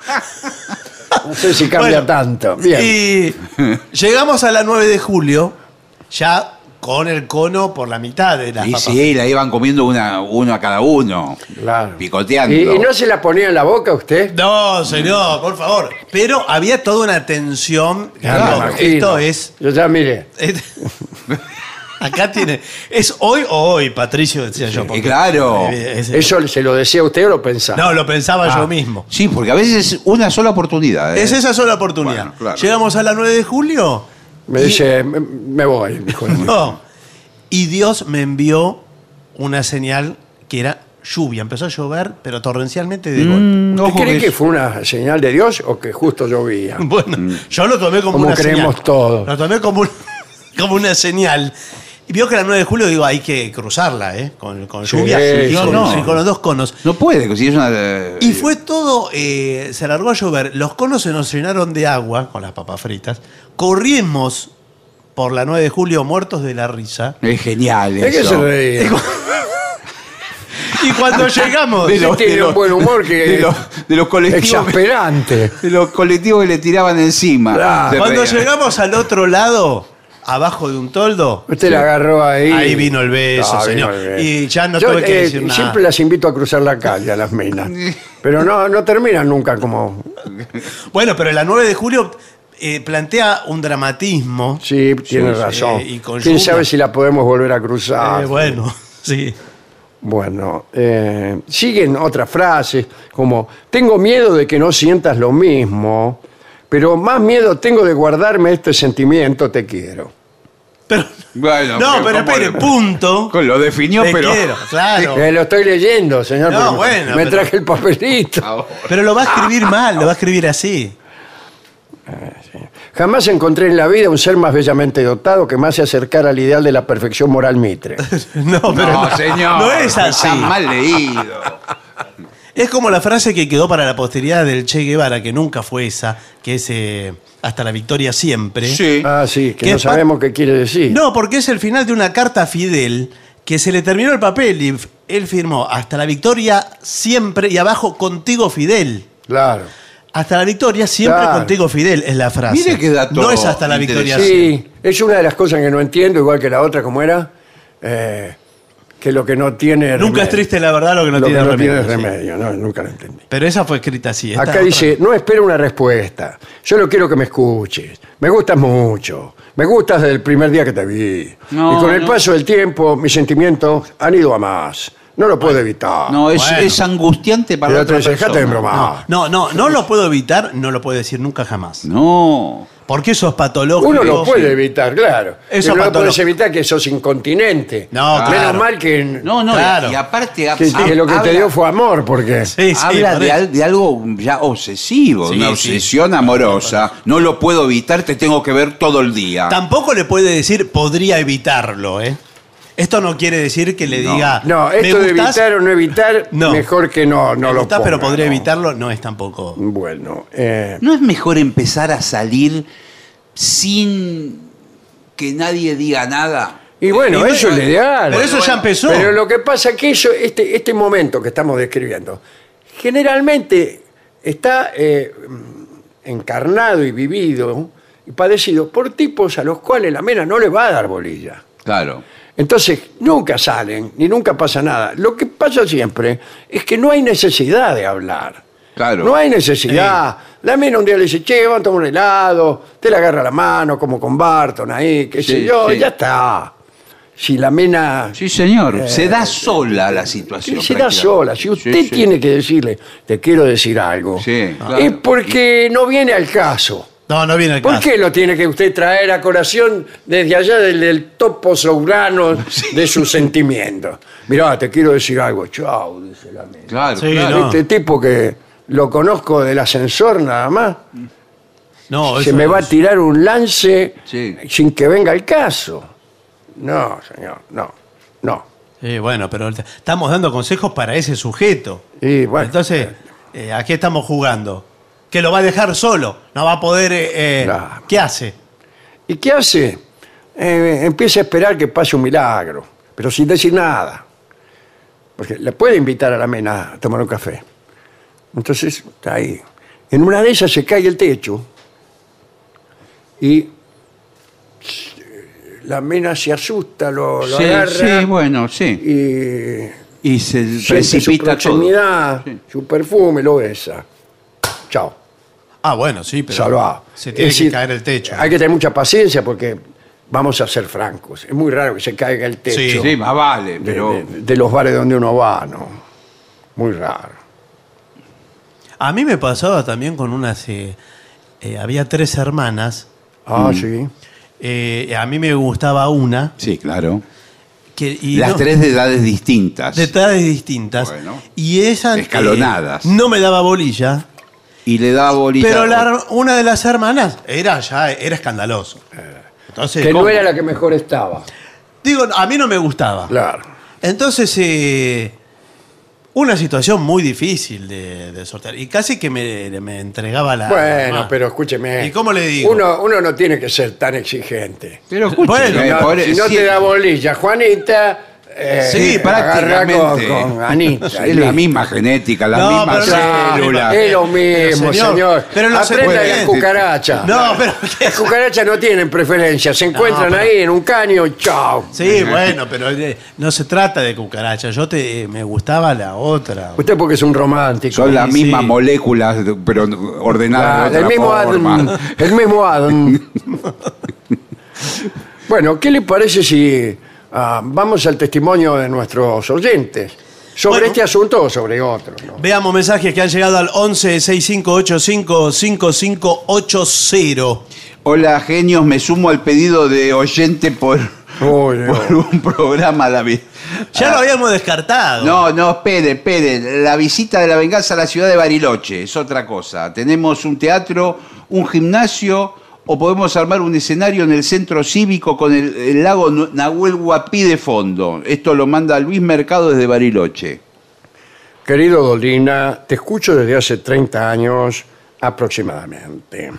No sé si cambia Bueno, tanto. Bien. Y llegamos a la 9 de julio, ya con el cono por la mitad de las Y papas. sí, la iban comiendo una, uno a cada uno. Claro. Picoteando. ¿Y, y no se la ponía en la boca usted? No, señor, por favor. Pero había toda una tensión. Claro, Digo, me imagino. esto es. Yo ya miré. Acá tiene. ¿Es hoy o hoy, Patricio? Decía yo. porque- claro. Eh, es- ¿Eso se lo decía usted o lo pensaba? No, lo pensaba yo mismo. Ah. Sí, porque a veces es una sola oportunidad. ¿eh? Es esa sola oportunidad. Bueno, claro. Llegamos a la 9 de julio. Me dice, me, me voy, dijo. No. Y Dios me envió una señal que era lluvia. Empezó a llover, pero torrencialmente de golpe. Mm, ojo ¿Cree que que es- fue una señal de Dios o que justo llovía? Bueno, Mm. yo lo tomé como, Como una creemos señal. todos. Lo tomé como, un- como una señal. Y vio que la 9 de julio, digo, hay que cruzarla, ¿eh? Con, con Sí, lluvia. sí, Digo, sí, no, sí. con los dos conos. No puede, si es una. eh, Y fue todo, eh, se alargó a llover, los conos se nos llenaron de agua con las papas fritas, corrimos por la 9 de julio muertos de la risa Es genial. ¿De qué eso. se reía? y cuando llegamos, De los- Tiene de un los- buen humor que- De los, de los colectivos. Exasperante. de los colectivos que le tiraban encima. Claro. Se cuando reían. llegamos al otro lado, abajo de un toldo, Usted la agarró ahí. ahí vino el beso, Ah, vino señor. el beso. Y ya no Yo, tuve que eh, decir nada. Siempre las invito a cruzar la calle a las minas. Pero no, no terminan nunca como. Bueno, pero la 9 de julio eh, plantea un dramatismo. Sí, tiene sí, eh, razón. y con Quién lluvia. sabe si la podemos volver a cruzar. Eh, bueno, sí. Bueno, eh, siguen otras frases como, tengo miedo de que no sientas lo mismo, pero más miedo tengo de guardarme este sentimiento, te quiero. Pero, Bueno, no, pero ¿cómo espere, lo- punto. con- Lo definió, Te pero. quiero, claro. Eh, lo estoy leyendo, señor. No, pero bueno, me pero- traje el papelito. Pero lo va a escribir mal, lo va a escribir así. Jamás encontré en la vida un ser más bellamente dotado que más se acercara al ideal de la perfección moral mitre. No, pero No, señor. no es así. Está mal leído. Es como la frase que quedó para la posteridad del Che Guevara, que nunca fue esa, que es eh, hasta la victoria siempre. Sí. Ah, sí, que ¿Qué no es pa- sabemos qué quiere decir. No, porque es el final de una carta a Fidel que se le terminó el papel y f- él firmó hasta la victoria siempre y abajo contigo Fidel. Claro. Hasta la victoria siempre Claro. contigo Fidel es la frase. Mire qué dato No es hasta la victoria interesante. siempre. Sí, es una de las cosas que no entiendo, igual que la otra, como era, eh, que lo que no tiene... Nunca es remedio. triste la verdad lo que no lo tiene que no remedio. tiene sí. remedio, no, nunca lo entendí. Pero esa fue escrita así. esta Acá otra- dice, no espero una respuesta, solo quiero que me escuches, me gustas mucho, me gustas desde el primer día que te vi. No, y con el no. paso del tiempo, mis sentimientos han ido a más, no lo puedo evitar. No, es, Bueno. es angustiante para el la otro otra dice, dejate de persona. bromar. No, no, no lo puedo evitar, no lo puedo decir nunca jamás. No. Porque eso es patológico. Uno lo puede evitar, claro. Eso Pero no lo patológico. puedes evitar que sos incontinente. No, claro. Menos mal que, No, no, Claro. y aparte que- que lo que te dio fue amor, porque... Sí, sí, habla por de, eso. al- de algo ya obsesivo, Sí, una sí. obsesión amorosa. No lo puedo evitar, te tengo que ver todo el Ah. día. Tampoco le puede decir podría evitarlo, ¿eh? Esto no quiere decir que le No. diga. No, esto "Me de gustás, evitar o no evitar, No. mejor que no, no me lo gustás, pero ponga, podría no. evitarlo, no es tampoco. Bueno, eh, ¿No es mejor empezar a salir sin que nadie diga nada? y bueno, Y bueno, eso es lo ideal. pero eso ya empezó. Pero lo que pasa es que eso, este, este momento que estamos describiendo, generalmente está eh, mm, encarnado y vivido y padecido por tipos a los cuales la mena no le va a dar bolilla. Claro. Entonces, nunca salen, ni nunca pasa nada. Lo que pasa siempre es que no hay necesidad de hablar. Claro. No hay necesidad. La mina un día le dice, che, vamos a tomar un helado, te la agarra la mano, como con Barton ahí, qué sé Sí, yo, sí. y ya está. Si la mena eh, Sí, señor. se Eh, da sola la situación. se da prácticamente. sola, si usted Sí, sí. tiene que decirle, te quiero decir algo, Sí, claro. es porque no viene al caso. Ah. No, no viene el ¿Por caso. qué lo tiene que usted traer a colación desde allá del, del topo sobrano de sus sentimientos? Mirá, te quiero decir algo. Chao, dice la mina. Claro, Sí, claro. no. Este tipo que lo conozco del ascensor nada más, No, se eso me no va a es- tirar un lance Sí. sin que venga el caso. No, señor, no, no. Sí, bueno, pero t- estamos dando consejos para ese sujeto. Y bueno, Entonces, eh, aquí estamos jugando. Que lo va a dejar solo. No va a poder. eh, eh, Claro. ¿Qué hace? ¿Y qué hace? Eh, empieza a esperar que pase un milagro, pero sin decir nada. Porque le puede invitar a la mena a tomar un café. Entonces, está ahí. En una de esas se cae el techo y eh, la mena se asusta, lo, lo Sí, agarra sí, bueno, sí. y Y se siente su precipita todo. proximidad, Sí. su perfume, lo besa. Chao. Ah, bueno, sí, pero. Salvado. Se Es tiene decir, que caer el techo. Hay que tener mucha paciencia porque vamos a ser francos. Es muy raro que se caiga el techo Sí, Sí, más vale, de, pero. de- de los bares donde uno va, ¿no? Muy raro. A mí me pasaba también con unas. eh, eh, había tres hermanas. Mm. Ah, sí. eh, a mí me gustaba una Sí, claro. que- y Las no- tres de edades distintas. de edades distintas. Bueno. y ella eh, Escalonadas. no me daba bolilla. y le da bolita. Pero la her- una de las hermanas era ya era escandaloso. Entonces, que no ¿cómo? era la que mejor estaba. digo, a mí no me gustaba. Claro. Entonces, eh, una situación muy difícil de, de sortear. Y casi que me, me entregaba la. la Bueno, mano. pero escúcheme. ¿Y cómo le digo? Uno, uno no tiene que ser tan exigente. Pero escuche, Bueno, eh, No, pobre- si no sí, te da bolilla, Juanita. eh, Sí, agarra con, prácticamente. con Anita. Es la misma genética, la No, misma pero no- célula. Es lo mismo, Pero, señor, señor. pero no se Aprenda puede. las cucarachas. No, pero. Las cucarachas no tienen preferencia. Se encuentran pero- ahí en un caño y chao. Sí, bueno, pero eh, no se trata de cucaracha. Yo te, eh, me gustaba la otra. Usted porque es un romántico. Son las Sí, mismas sí. moléculas, de- pero Ah, ordenadas de el otra mismo forma. Adam. El mismo Adam. bueno, ¿qué le parece si ah, vamos al testimonio de nuestros oyentes? ¿Sobre Bueno. este asunto o sobre otro? no? Veamos mensajes que han llegado al 11 6585 5580. Hola, genios, me sumo al pedido de oyente por, Uy, por no. un programa, David. Ah. Ya lo habíamos descartado. No, no, espere, espere. La visita de la venganza a la ciudad de Bariloche es otra cosa. Tenemos un teatro, un gimnasio o podemos armar un escenario en el centro cívico con el, el lago Nu- Nahuel Huapi de fondo. Esto lo manda Luis Mercado desde Bariloche. Querido Dolina, te escucho desde hace 30 años aproximadamente.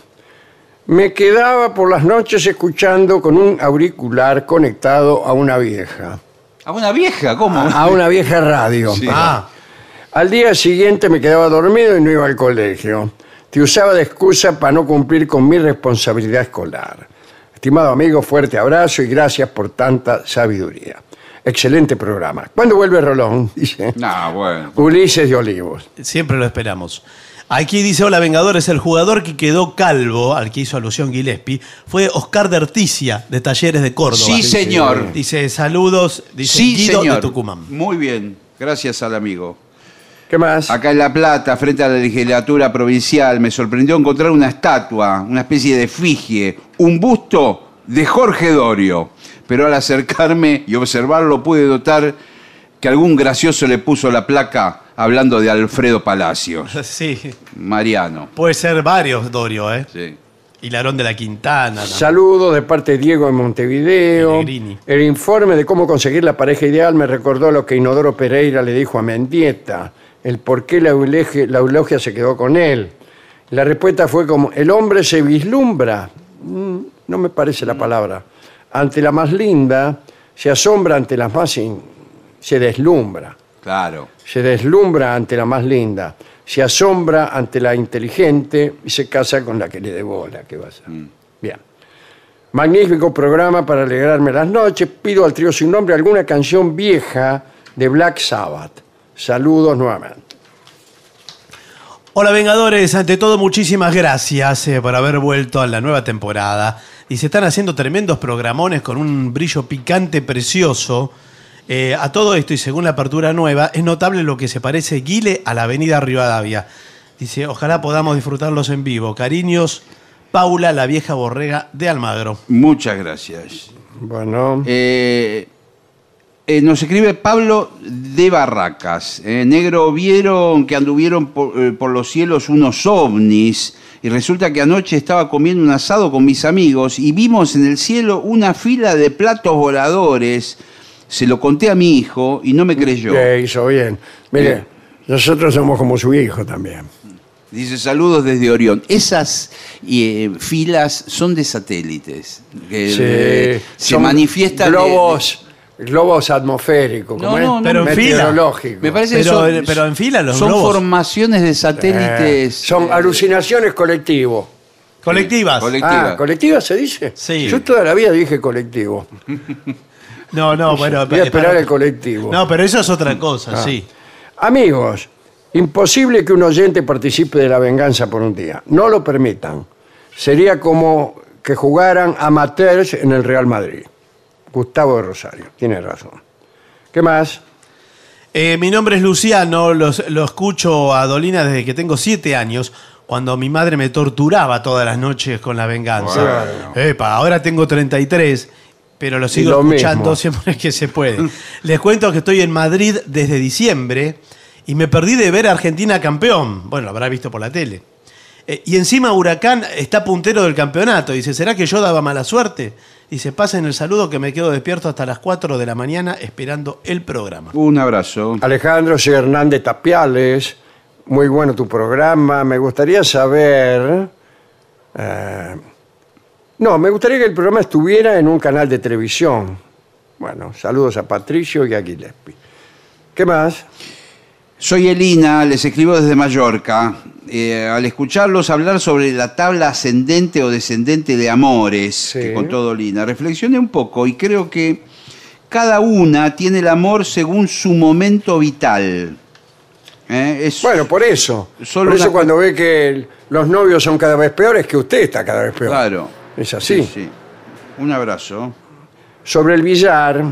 Me quedaba por las noches escuchando con un auricular conectado a una vieja. ¿A una vieja? ¿Cómo? A una vieja radio. Ah, Al día siguiente me quedaba dormido y no iba al colegio. Te usaba de excusa para no cumplir con mi responsabilidad escolar. Estimado amigo, fuerte abrazo y gracias por tanta sabiduría. Excelente programa. ¿Cuándo vuelve Rolón? Dice No, Ah, bueno. Ulises de Olivos. siempre lo esperamos. Aquí dice, hola Vengadores, el jugador que quedó calvo, al que hizo alusión Gillespie, fue Oscar de Articia, de Talleres de Córdoba. Sí, señor. Dice, saludos, dice Sí, Guido señor. de Tucumán. Muy bien. Gracias al amigo. ¿Qué más? Acá en La Plata, frente a la legislatura provincial, me sorprendió encontrar una estatua, una especie de efigie, un busto de Jorge Dorio. Pero al acercarme y observarlo pude notar que algún gracioso le puso la placa hablando de Alfredo Palacios. Sí, Mariano. puede ser varios, Dorio, ¿eh? Sí. Hilarón de la Quintana. ¿no? Saludos de parte de Diego de Montevideo. Pellegrini. El informe de cómo conseguir la pareja ideal me recordó lo que Inodoro Pereira le dijo a Mendieta, el por qué la euleje- la eulogia, se quedó con él. La respuesta fue como, el hombre se vislumbra, Mm, no me parece la palabra, ante la más linda, se asombra ante las más, in- se deslumbra Claro. se deslumbra ante la más linda, se asombra ante la inteligente y se casa con la que le dé bola, que va a ser. Mm. Bien. Magnífico programa para alegrarme las noches. Pido al trío sin nombre alguna canción vieja de Black Sabbath. Saludos nuevamente. Hola Vengadores, ante todo muchísimas gracias eh, por haber vuelto a la nueva temporada. Y se están haciendo tremendos programones con un brillo picante precioso. Eh, a todo esto y según la apertura nueva, es notable lo que se parece Guile a la avenida Rivadavia. Dice, ojalá podamos disfrutarlos en vivo. Cariños, Paula, la vieja borrega de Almagro. Muchas gracias. Bueno, Eh, eh, nos escribe Pablo de Barracas. Eh, negro, vieron que anduvieron por, eh, por los cielos unos ovnis y resulta que anoche estaba comiendo un asado con mis amigos y vimos en el cielo una fila de platos voladores. Se lo conté a mi hijo y no me creyó. que hizo bien. Mire, nosotros somos como su hijo también. Dice saludos desde Orión. Esas eh, filas son de satélites. que, eh, se son manifiestan. de- de- Globos, globos atmosféricos, No, ¿cómo es? no, no, Pero en fila. Meteorológicos. Me parece Pero- que son, pero en fila los son globos. formaciones de satélites. Eh, son alucinaciones colectivas. Colectivas. Colectivas. Ah, ¿colectivas se dice? Sí. Yo toda la vida dije colectivo. no, no, bueno. Voy a es esperar para- el colectivo. Ah. No, pero eso es otra cosa, sí. Amigos, imposible que un oyente participe de la venganza por un día. No lo permitan. Sería como que jugaran amateurs en el Real Madrid. Gustavo de Rosario, tiene razón. ¿Qué más? Eh, mi nombre es Luciano, los- lo escucho a Dolina desde que tengo siete años, cuando mi madre me torturaba todas las noches con la venganza. Epa, ahora tengo 33 pero lo sigo Lo mismo. escuchando siempre que se puede. Les cuento que estoy en Madrid desde diciembre y me perdí de ver a Argentina campeón. Bueno, lo habrá visto por la tele. Eh, y encima Huracán está puntero del campeonato. Dice, ¿será que yo daba mala suerte? Dice, pasen el saludo que me quedo despierto hasta las 4 de la mañana esperando el programa. Un abrazo. Alejandro C. Hernández Tapiales, muy bueno tu programa. Me gustaría saber. eh, no, me gustaría que el programa estuviera en un canal de televisión. Bueno, saludos a Patricio y a Gillespie. ¿Qué más? Soy Elina, les escribo desde Mallorca. Eh, al escucharlos hablar sobre la tabla ascendente o descendente de amores Sí. que contó Dolina, reflexioné un poco y creo que cada una tiene el amor según su momento vital. Eh, es- Bueno, por eso. Solo por eso una- cuando ve que el- los novios son cada vez peores, que usted está cada vez peor. claro. Es así. Sí, sí. Un abrazo. Sobre el billar,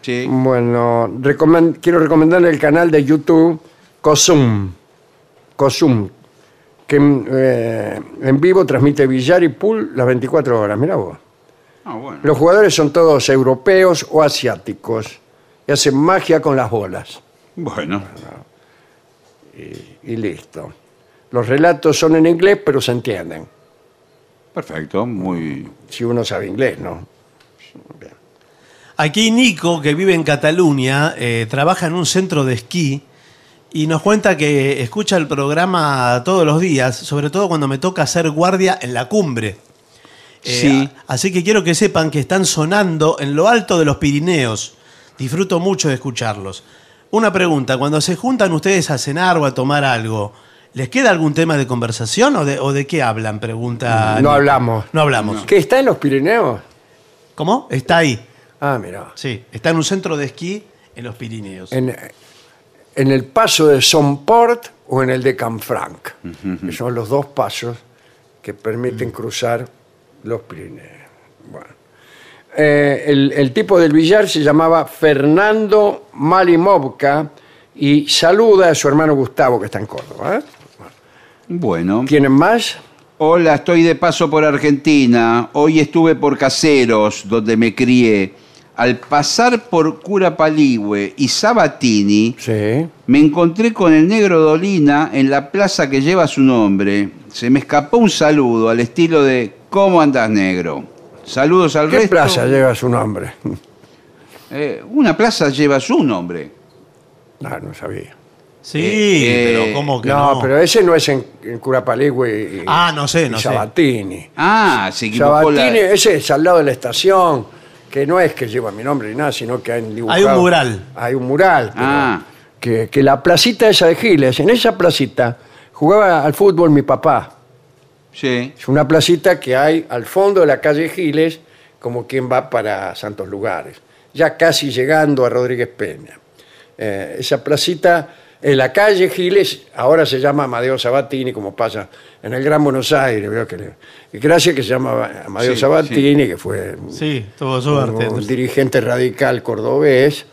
Sí. bueno, recomen- quiero recomendarle el canal de YouTube Cosum. Cosum. Que eh, en vivo transmite billar y pool las 24 horas. Mira vos. Ah, bueno. Los jugadores son todos europeos o asiáticos. Y hacen magia con las bolas. Bueno. Eh, Y listo. Los relatos son en inglés, pero se entienden. perfecto. Muy. Si uno sabe inglés, ¿no? Aquí Nico, que vive en Cataluña, eh, trabaja en un centro de esquí y nos cuenta que escucha el programa todos los días, sobre todo cuando me toca hacer guardia en la cumbre. Eh, Sí. a- Así que quiero que sepan que están sonando en lo alto de los Pirineos. Disfruto mucho de escucharlos. Una pregunta, cuando se juntan ustedes a cenar o a tomar algo, ¿les queda algún tema de conversación o de, o de qué hablan? Pregunta. No Nico. hablamos. Ah, No hablamos. ¿Que está en los Pirineos? ¿Cómo? Está ahí. Ah, mira. Sí, está en un centro de esquí en los Pirineos. En, en el paso de Somport o en el de Canfranc, que son los dos pasos que permiten cruzar los Pirineos. Bueno. Eh, el, el tipo del billar se llamaba Fernando Malimovka y saluda a su hermano Gustavo, que está en Córdoba. ¿eh? Bueno. ¿Tienen más? Hola, estoy de paso por Argentina. Hoy estuve por Caseros, donde me crié. Al pasar por Cura Paligüe y Sabatini, Sí. me encontré con el negro Dolina en la plaza que lleva su nombre. Se me escapó un saludo al estilo de ¿Cómo andás, negro? Saludos al ¿Qué resto. plaza lleva su nombre? Eh, una plaza lleva su nombre. No, Ah, no sabía. Sí, Eh, eh, pero ¿cómo que No, no? pero ese no es en, en Curapaligüe y, Ah, no sé, no y sé. Sabatini. Ah, se equivocó la- Sabatini, ese es al lado de la estación, que no es que lleva mi nombre ni nada, sino que han dibujado. Hay un mural. Hay un mural. pero Ah. Que, que la placita esa de Giles, en esa placita jugaba al fútbol mi papá. Sí. Es una placita que hay al fondo de la calle Giles, como quien va para Santos Lugares, ya casi llegando a Rodríguez Peña. Eh, esa placita, en la calle Giles, ahora se llama Amadeo Sabatini, como pasa en el Gran Buenos Aires. veo que le- y gracias que se llama Amadeo Sí, Sabatini, que fue un- Sí, tuvo un, suerte. dirigente radical cordobés.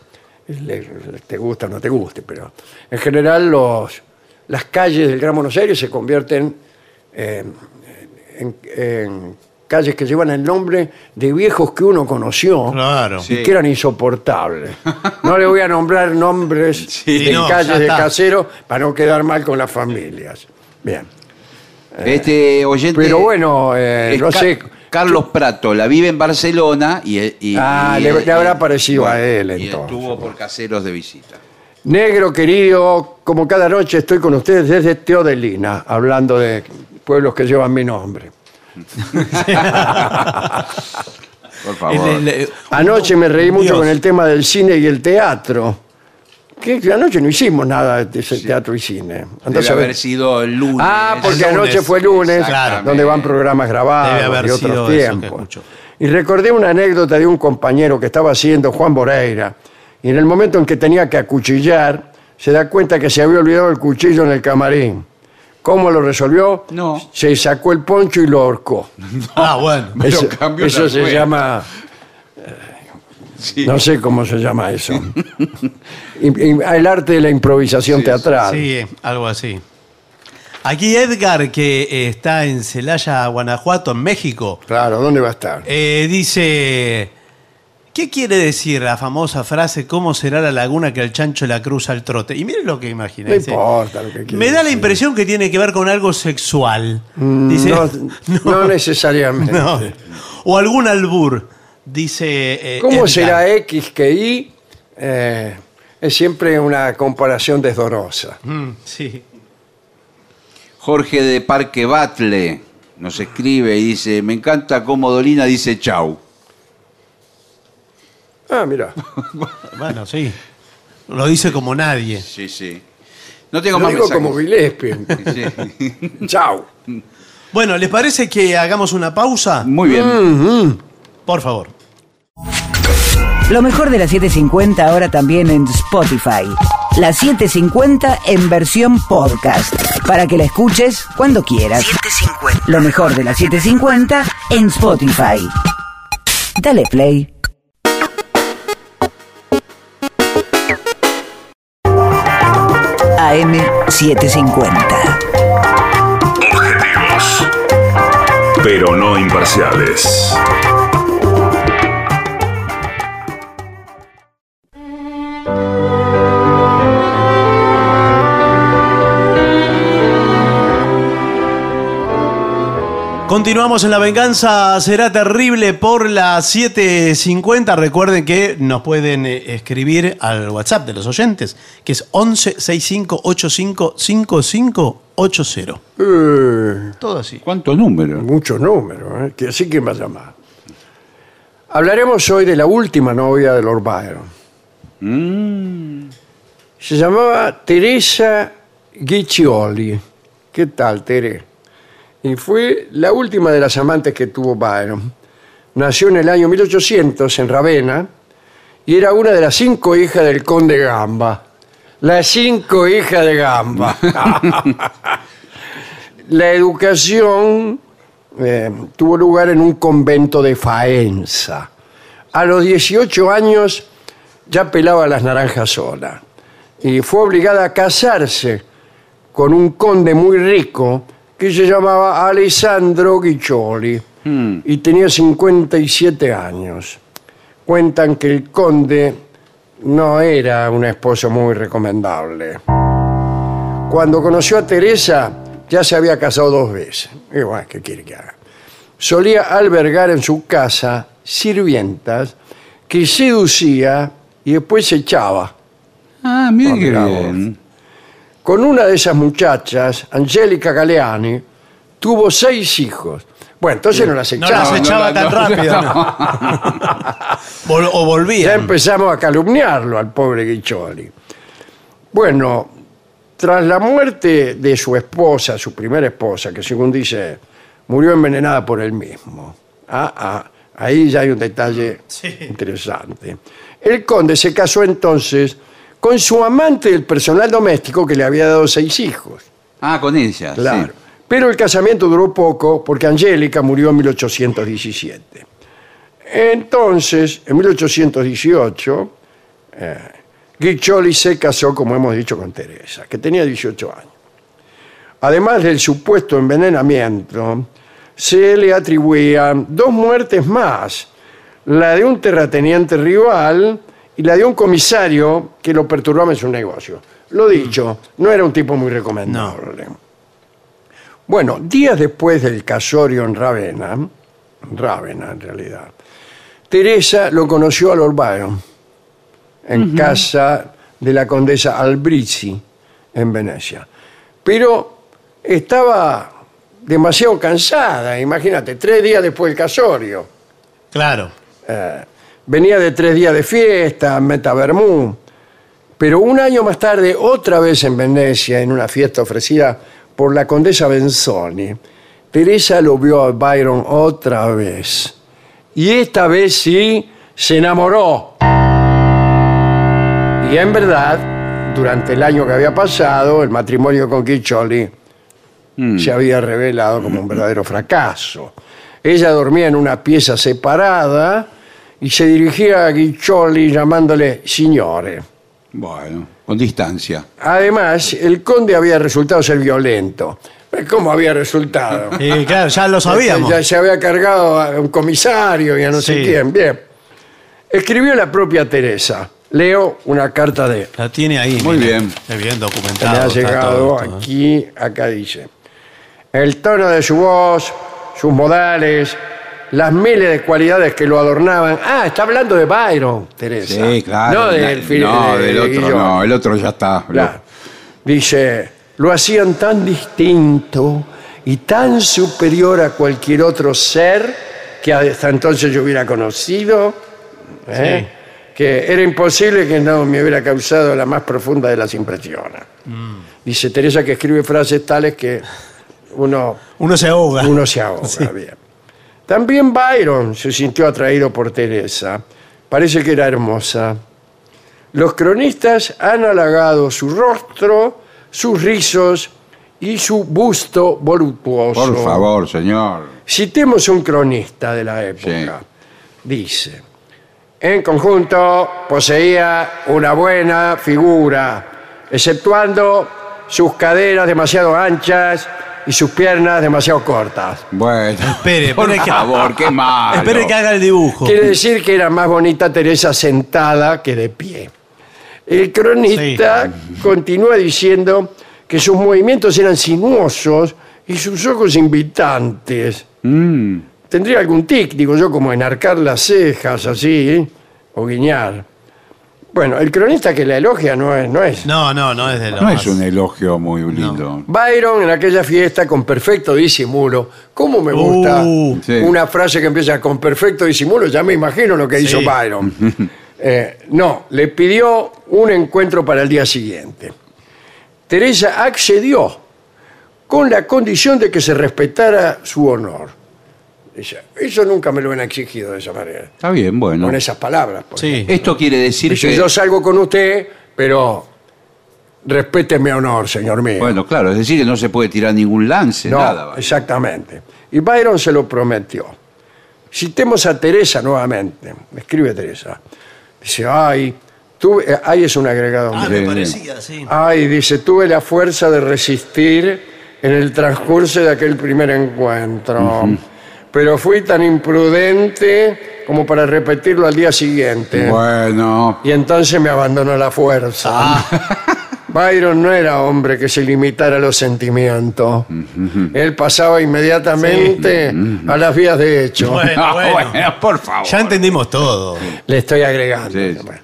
Le- le- te gusta o no te guste, pero en general los, las calles del Gran Buenos Aires se convierten eh, en, en calles que llevan el nombre de viejos que uno conoció Claro. Sí. y que eran insoportables. No le voy a nombrar nombres Sí, de no, ya calles de está. casero para no quedar mal con las familias. Bien. Eh, Este oyente. Pero bueno, eh, Es no Ca- sé. Carlos Prato, la vive en Barcelona y. eh, y- Ah, y- le- le habrá parecido a él, y entonces. estuvo por caseros de visita. Negro querido, como cada noche estoy con ustedes desde Teodelina, hablando de pueblos que llevan mi nombre. Por favor. El- el- el- Anoche me reí mucho Oh, Dios. con el tema del cine y el teatro. Que anoche no hicimos nada de ese teatro y cine. Andá a Debe saber. haber sido el lunes. Ah, porque El lunes, anoche fue lunes, exactamente. donde van programas Debe grabados haber y sido otros eso que tiempos. escucho. Y recordé una anécdota de un compañero que estaba haciendo Juan Boreira, y en el momento en que tenía que acuchillar, se da cuenta que se había olvidado el cuchillo en el camarín. ¿Cómo lo resolvió? No. Se sacó el poncho y lo ahorcó. Ah, bueno. Pero Eso, cambió eso la se rueda. llama, Sí. no sé cómo se llama eso. Y- y el arte de la improvisación teatral. Sí, eh, algo así. Aquí Edgar, que eh, está en Celaya, Guanajuato, en México, Claro, ¿dónde va a estar? eh, dice: ¿Qué quiere decir la famosa frase cómo será la laguna que el chancho la cruza al trote? Y miren lo que imaginé. No dice, importa lo que quiera Me da la decir. impresión que tiene que ver con algo sexual. Dice, Mm, no, no necesariamente. no. O algún albur. Dice. eh, ¿Cómo Edgar. será X que Y? Eh, es siempre una comparación desdorosa. Mm, sí. Jorge de Parque Batle nos escribe y dice, me encanta cómo Dolina dice chau. Ah, mira. Bueno, sí. Lo dice como nadie. Sí, sí. No tengo Lo más digo mensajes. como Gillespie. Sí. Chao. Bueno, ¿les parece que hagamos una pausa? Muy bien. Por favor. Lo mejor de la 750 ahora también en Spotify. La 750 en versión podcast. Para que la escuches cuando quieras. Lo mejor de la 750 en Spotify. Dale play. AM750. Objetivos, pero no imparciales. Continuamos en La Venganza Será Terrible por las 7.50. Recuerden que nos pueden eh, escribir al WhatsApp de los oyentes, que es 11 65 85 5580. Eh, Todo así. ¿Cuánto número? muchos números, ¿eh? que así que me llamar. Hablaremos hoy de la última novia de Lord Byron. Mm. Se llamaba Teresa Guiccioli. ¿Qué tal, Tere? Y fue la última de las amantes que tuvo Byron. Nació en el año 1800 en Ravenna y era una de las cinco hijas del conde Gamba. Las cinco hijas de Gamba. la educación eh, tuvo lugar en un convento de Faenza. A los 18 años ya pelaba las naranjas sola y fue obligada a casarse con un conde muy rico que se llamaba Alessandro Guiccioli Mm. y tenía 57 años. Cuentan que el conde no era un esposo muy recomendable. Cuando conoció a Teresa, ya se había casado dos veces. Y bueno, ¿qué quiere que haga? Solía albergar en su casa sirvientas que seducía y después se echaba. Ah, mira Ah, qué mirá bien. Con una de esas muchachas, Angélica Galeani, tuvo seis hijos. Bueno, entonces no las No echaba. las echaba no, tan no, rápido. Vol- o Ya volvía. empezamos a calumniarlo al pobre Guiccioli. Bueno, tras la muerte de su esposa, su primera esposa, que según dice, murió envenenada por él mismo. Ah, ah, ahí ya hay un detalle Sí. interesante. El conde se casó entonces con su amante del personal doméstico que le había dado seis hijos. Ah, con ella. sí. Claro. Pero el casamiento duró poco porque Angélica murió en 1817. Entonces, en 1818, eh, Guiccioli se casó, como hemos dicho, con Teresa, que tenía 18 años. Además del supuesto envenenamiento, se le atribuían dos muertes más, la de un terrateniente rival y la de un comisario que lo perturbaba en su negocio. Lo dicho, no era un tipo muy recomendable. Bueno, días después del casorio en Ravenna, en Ravenna en realidad, Teresa lo conoció a Lord Byron en casa de la condesa Albrizzi en Venecia. Pero estaba demasiado cansada, imagínate, tres días después del casorio. Eh, Claro. Venía de tres días de fiesta, Meta Bermú. Pero un año más tarde, otra vez en Venecia, en una fiesta ofrecida por la condesa Benzoni, Teresa lo vio a Byron otra vez. Y esta vez sí se enamoró. Y en verdad, durante el año que había pasado, el matrimonio con Guiccioli se había revelado como un verdadero fracaso. Ella dormía en una pieza separada y se dirigía a Guiccioli llamándole signore. Bueno, con distancia. Además, el conde había resultado ser violento. ¿Cómo había resultado? Este, Y claro, ya lo sabíamos. Ya se había cargado a un comisario y a no sé Sí. quién. Bien. Escribió la propia Teresa. Leo una carta de La tiene ahí. Muy mira. bien. Está bien que me documentado. ha está llegado todo esto, ¿eh? aquí, acá dice. El tono de su voz, sus modales, las miles de cualidades que lo adornaban. Ah, está hablando de Byron, Teresa. Sí, claro. No del fil- No, de- del de otro, Guillón. no, el otro ya está. Claro. Dice, lo hacían tan distinto y tan superior a cualquier otro ser que hasta entonces yo hubiera conocido, ¿eh? que era imposible que no me hubiera causado la más profunda de las impresiones. Dice Teresa que escribe frases tales que uno, Uno se ahoga. uno se ahoga. bien. También Byron se sintió atraído por Teresa. Parece que era hermosa. Los cronistas han halagado su rostro, sus rizos y su busto voluptuoso. Por favor, señor. Citemos un cronista de la época. Dice, en conjunto poseía una buena figura, exceptuando sus caderas demasiado anchas y sus piernas demasiado cortas. Bueno. Espere, por espere que- favor, qué malo. Espere que haga el dibujo. Quiere decir que era más bonita Teresa sentada que de pie. El cronista continúa diciendo que sus movimientos eran sinuosos y sus ojos invitantes. Mm, Tendría algún tic, digo yo, como enarcar las cejas así, ¿eh? o guiñar. Bueno, el cronista que la elogia no es. No es. No, no, no es de lo no más. es un elogio muy lindo. Byron en aquella fiesta con perfecto disimulo. ¿Cómo me gusta Uh, sí. una frase que empieza con perfecto disimulo? Ya me imagino lo que hizo Byron. Eh, no, le pidió un encuentro para el día siguiente. Teresa accedió con la condición de que se respetara su honor. Dice, Eso nunca me lo han exigido de esa manera, Está bien, bueno. con esas palabras. por Sí. Esto quiere decir Dice, que. yo salgo con usted, pero respete mi honor, señor mío. Bueno, claro, es decir que no se puede tirar ningún lance, no, nada. vale. exactamente. Y Byron se lo prometió. Citemos a Teresa nuevamente. Escribe Teresa. Dice, ay, tuve, eh, ay es un agregado. Ah, más. me Sí. parecía, sí. Ay, dice, tuve la fuerza de resistir en el transcurso de aquel primer encuentro. Pero fui tan imprudente como para repetirlo al día siguiente. Bueno, Y entonces me abandonó la fuerza. Ah. Byron no era hombre que se limitara a los sentimientos. Él pasaba inmediatamente a las vías de hecho. Bueno, Ah, bueno. bueno, por favor. Ya entendimos todo. Le estoy agregando. Sí, sí. Bueno.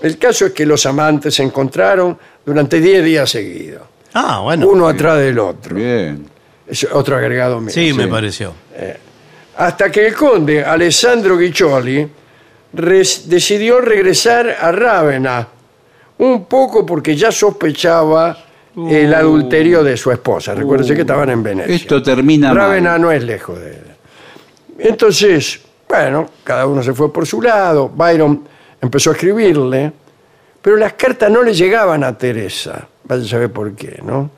El caso es que los amantes se encontraron durante 10 días seguidos, Ah, bueno. uno atrás del otro. Bien. Es otro agregado mío. sí, Eh, me pareció. Hasta que el conde Alessandro Guiccioli res- decidió regresar a Rávena, un poco porque ya sospechaba el adulterio de su esposa. Recuérdense que estaban en Venecia. Esto termina Rávena mal. no es lejos de ella. Entonces, bueno, cada uno se fue por su lado. Byron empezó a escribirle, pero las cartas no le llegaban a Teresa. Vaya a saber por qué, ¿no?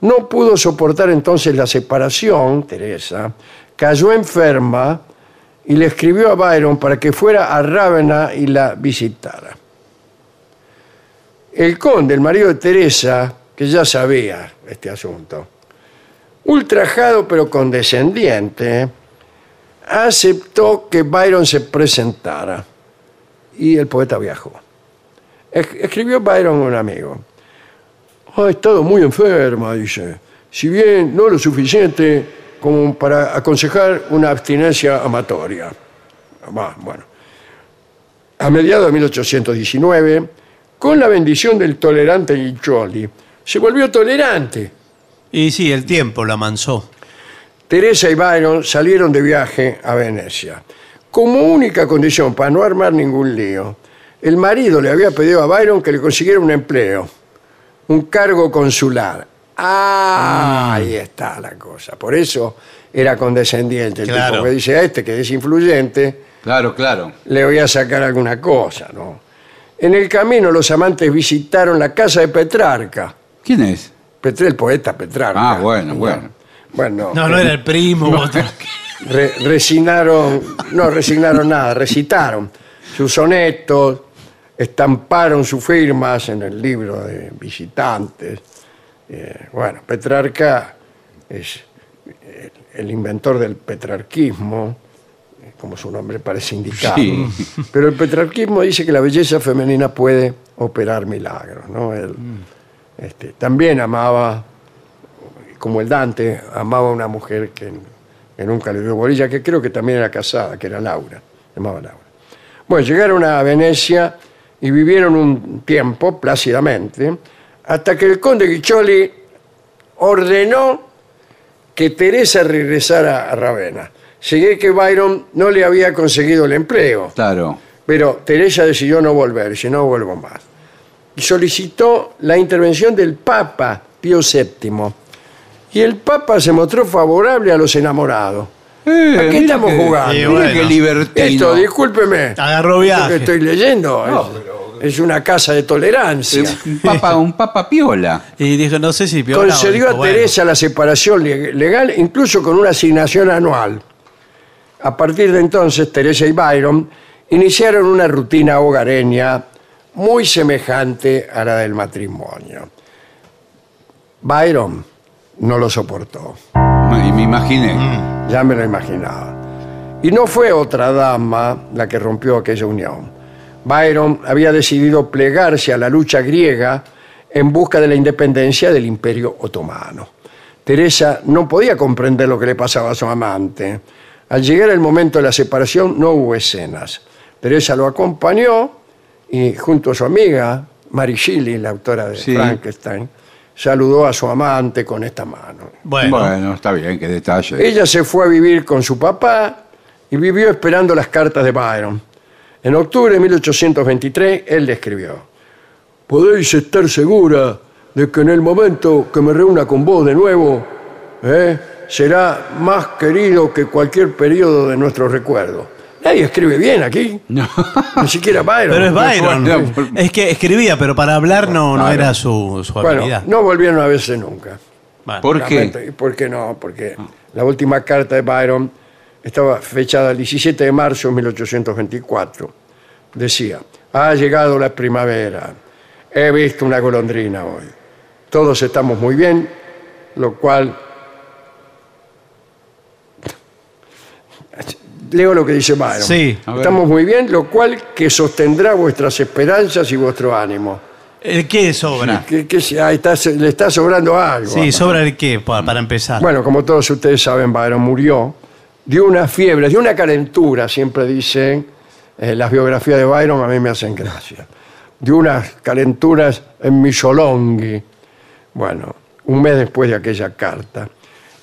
No pudo soportar entonces la separación, Teresa. Cayó enferma y le escribió a Byron para que fuera a Rávena y la visitara. El conde, el marido de Teresa, que ya sabía este asunto, ultrajado pero condescendiente, aceptó que Byron se presentara y el poeta viajó. Es- Escribió Byron a un amigo. Ha estado muy enferma, dice, si bien no lo suficiente como para aconsejar una abstinencia amatoria. Ah, Bueno, a mediados de 1819, con la bendición del tolerante Guiccioli, se volvió tolerante. Y sí, el tiempo la amansó. Teresa y Byron salieron de viaje a Venecia. Como única condición para no armar ningún lío, el marido le había pedido a Byron que le consiguiera un empleo, un cargo consular. Mm. Ah, ahí está la cosa. Por eso era condescendiente. El Claro. tipo que dice a este que es influyente, Claro, claro. le voy a sacar alguna cosa, ¿no? En el camino los amantes visitaron la casa de Petrarca. ¿Quién es? Petrel, el poeta Petrarca. Ah, bueno, bueno. Bueno, No, no era el primo. otro. Re- resignaron, no resignaron nada, recitaron sus sonetos, estamparon sus firmas en el libro de visitantes. Eh, bueno, Petrarca es eh, el inventor del petrarquismo, eh, como su nombre parece indicar. Pero el petrarquismo dice que la belleza femenina puede operar milagros. ¿no? Él, este, también amaba, como el Dante, amaba a una mujer que, que nunca le dio bolilla, que creo que también era casada, que era Laura. Se llamaba Laura. Bueno, llegaron a Venecia y vivieron un tiempo plácidamente, hasta que el conde Guiccioli ordenó que Teresa regresara a Ravenna. Seguí que Byron no le había conseguido el empleo, Claro. pero Teresa decidió no volver, si no vuelvo más. Y solicitó la intervención del Papa Pío VII. Y el Papa se mostró favorable a los enamorados. Eh, ¿A qué mira estamos que- jugando? Eh, Mira bueno. qué libertino. Esto, discúlpeme. Agarró Lo que viaje. estoy leyendo es, es una casa de tolerancia. un papa, un papa Ah, piola. Y dijo, no sé si peor. Concedió a Teresa la separación le- legal, incluso con una asignación anual. A partir de entonces, Teresa y Byron iniciaron una rutina hogareña muy semejante a la del matrimonio. Byron no lo soportó, Mm. Y me imaginé. ya me lo imaginaba. Y no fue otra dama la que rompió aquella unión. Byron había decidido plegarse a la lucha griega en busca de la independencia del imperio otomano. Teresa no podía comprender lo que le pasaba a su amante. Al llegar el momento de la separación no hubo escenas. Teresa lo acompañó y junto a su amiga, Mary Shelley, la autora de Sí. Frankenstein, saludó a su amante con esta mano. Bueno, Bueno, está bien, qué detalle. Ella se fue a vivir con su papá y vivió esperando las cartas de Byron. En octubre de 1823, él le escribió: Podéis estar segura de que en el momento que me reúna con vos de nuevo, ¿eh? será más querido que cualquier periodo de nuestro recuerdo. Nadie escribe bien aquí. Ni siquiera Byron. pero es Byron. Bueno, por- Es que escribía, pero para hablar no, no Claro. era su, su Bueno, habilidad. no volvieron a verse nunca. Bueno. ¿Por qué? Lamento- ¿Por qué no? Porque la última carta de Byron estaba fechada el 17 de marzo de 1824. Decía, ha llegado la primavera, he visto una golondrina hoy. Todos estamos muy bien, lo cual... Leo lo que dice Byron. Sí, a ver. estamos muy bien, lo cual que sostendrá vuestras esperanzas y vuestro ánimo. ¿El qué sobra? Que, que se- ah, está- le está sobrando algo. Sí, sobra el qué, pa- para empezar. Bueno, como todos ustedes saben, Byron murió de una fiebre, de una calentura, siempre dicen eh, las biografías de Byron, a mí me hacen gracia. De unas calenturas en Missolonghi. Bueno, un mes después de aquella carta.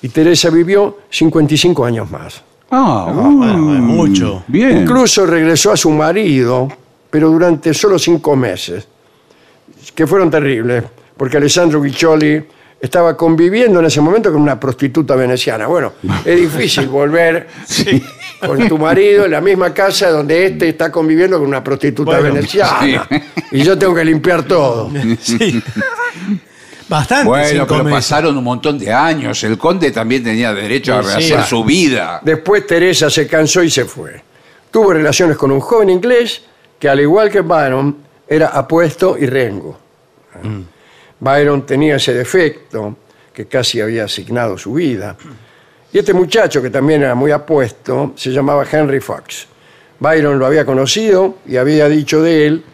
Y Teresa vivió 55 años más. Ah, Bueno, uh, mucho. Bien. Incluso regresó a su marido, pero durante solo cinco meses, que fueron terribles, porque Alessandro Guiccioli estaba conviviendo en ese momento con una prostituta veneciana. Bueno, es difícil volver con tu marido en la misma casa donde este está conviviendo con una prostituta Bueno, veneciana. Y yo tengo que limpiar todo. Sí. Bastante. Bueno, cinco pero meses. pasaron un montón de años. El conde también tenía derecho a Sí, rehacer sí. su vida. Después Teresa se cansó y se fue. Tuvo relaciones con un joven inglés que, al igual que Byron, era apuesto y rengo. Mm. Byron tenía ese defecto que casi había asignado su vida. Y este muchacho, que también era muy apuesto, se llamaba Henry Fox. Byron lo había conocido y había dicho de él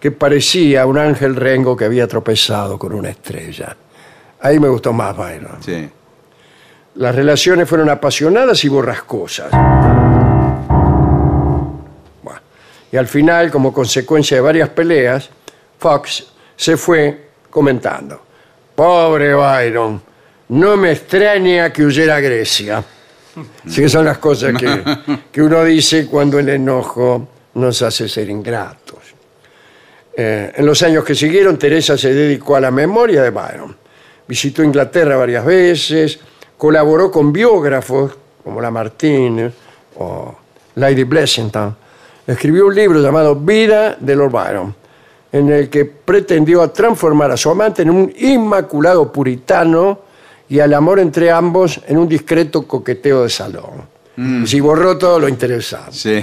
que parecía un ángel rengo que había tropezado con una estrella. Ahí me gustó más Byron. Sí. Las relaciones fueron apasionadas y borrascosas. Bueno, y al final, como consecuencia de varias peleas, Fox se fue comentando, pobre Byron, no me extraña que huyera a Grecia. Así que son las cosas que, que uno dice cuando el enojo nos hace ser ingratos. Eh, en los años que siguieron, Teresa se dedicó a la memoria de Byron. Visitó Inglaterra varias veces, colaboró con biógrafos como la Martínez o Lady Blessington. Escribió un libro llamado Vida de Lord Byron, en el que pretendió a transformar a su amante en un inmaculado puritano y al amor entre ambos en un discreto coqueteo de salón. Mm. Y si borró todo lo interesante. Sí.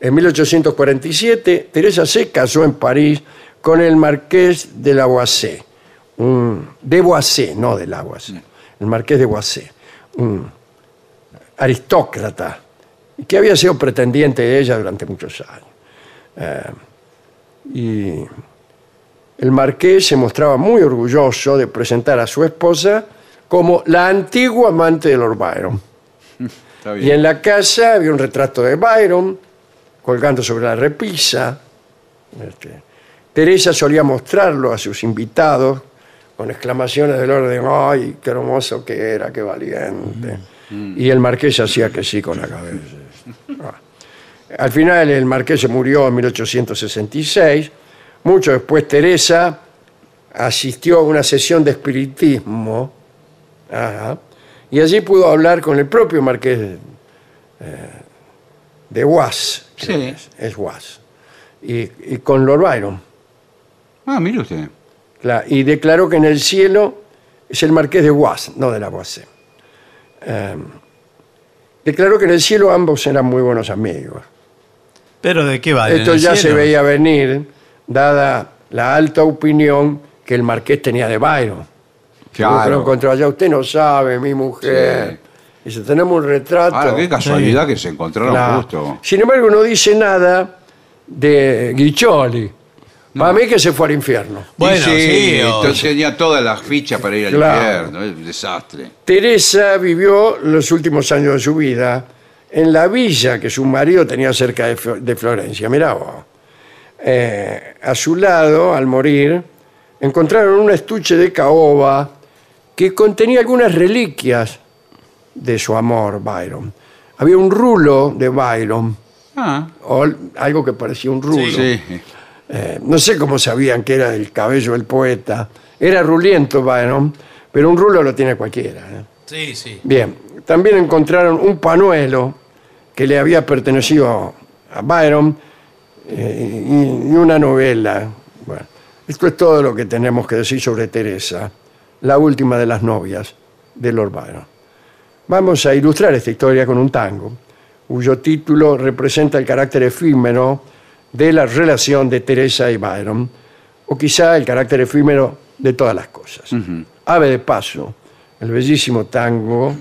En 1847, Teresa se casó en París con el marqués de la Boissé. un- de Boissé, no de la Boissé. El marqués de Boissé. Un aristócrata que había sido pretendiente de ella durante muchos años. Eh, y el marqués se mostraba muy orgulloso de presentar a su esposa como la antigua amante de Lord Byron. Está Y en la casa había un retrato de Byron colgando sobre la repisa. Este, Teresa solía mostrarlo a sus invitados con exclamaciones del orden, ¡ay, qué hermoso que era, qué valiente! Y el marqués hacía que sí con la cabeza. Ah. Al final el marqués se murió en 1866. Mucho después Teresa asistió a una sesión de espiritismo. Ajá. Y allí pudo hablar con el propio marqués eh, de Guas. creo Sí. que Es, es Guas. Y, y con Lord Byron. Ah, mire usted. Cla- Y declaró que en el cielo es el marqués de Guas, no de la Boise. Em, declaró que en el cielo ambos eran muy buenos amigos. Pero ¿de qué va? ¿De Esto en el ya se cielo? veía venir, dada la alta opinión que el marqués tenía de Byron. Yo lo encontré allá, usted no sabe, mi mujer. Dice, tenemos un retrato. Ahora, qué casualidad que se encontraron Claro. justo. Sin embargo, no dice nada de Guiccioli. Para mí que se fue al infierno. Bueno, Y sí, o- entonces tenía todas las fichas para ir al Claro. infierno. Es un desastre. Teresa vivió los últimos años de su vida en la villa que su marido tenía cerca de, Flo- de Florencia. Mirá vos. Eh, a su lado, al morir, encontraron un estuche de caoba que contenía algunas reliquias de su amor, Byron. Había un rulo de Byron, Ah, o l- algo que parecía un rulo. sí. Eh, no sé cómo sabían que era el cabello del poeta. Era ruliento Byron, pero un rulo lo tiene cualquiera. ¿eh? Sí, sí. Bien, también encontraron un panuelo que le había pertenecido a Byron eh, y, y una novela. Bueno, esto es todo lo que tenemos que decir sobre Teresa, la última de las novias de Lord Byron. Vamos a ilustrar esta historia con un tango, cuyo título representa el carácter efímero de la relación de Teresa y Byron, o quizá el carácter efímero de todas las cosas. Ave de paso, el bellísimo tango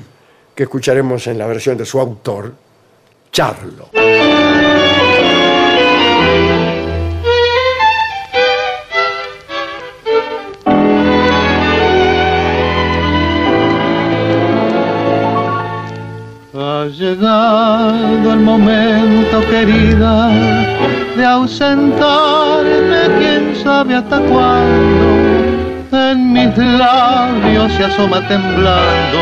que escucharemos en la versión de su autor, Charlo. Ha llegado el momento, querida, de ausentarme, quién sabe hasta cuándo. En mis labios se asoma temblando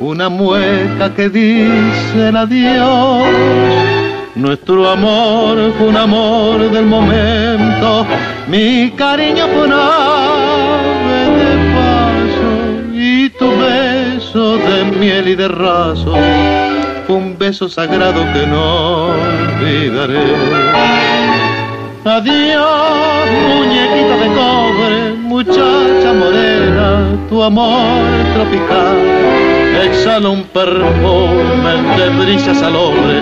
una mueca que dice el adiós. Nuestro amor fue un amor del momento, mi cariño fue un Ah. ave de paso y tu beso de miel y de raso fue un beso sagrado que no olvidaré. Adiós, muñequita de cobre, muchacha morena, tu amor tropical exhala un perfume de brisa salobre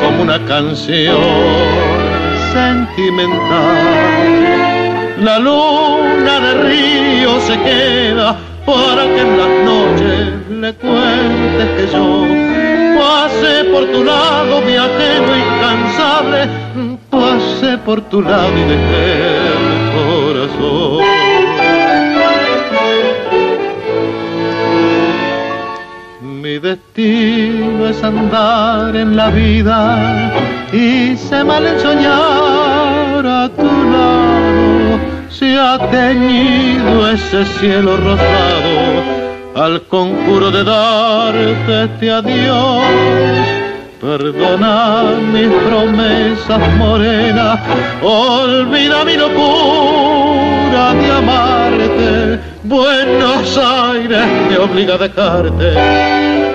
como una canción sentimental. La luna de río se queda para que en las noches le cuentes que yo pasé por tu lado, viajero incansable, pasé por tu lado y dejé el corazón. Mi destino es andar en la vida y se mal soñar a tu lado. Se ha teñido ese cielo rosado al conjuro de darte este adiós. Perdona mis promesas morenas, olvida mi locura de amarte. Buenos Aires me obliga a dejarte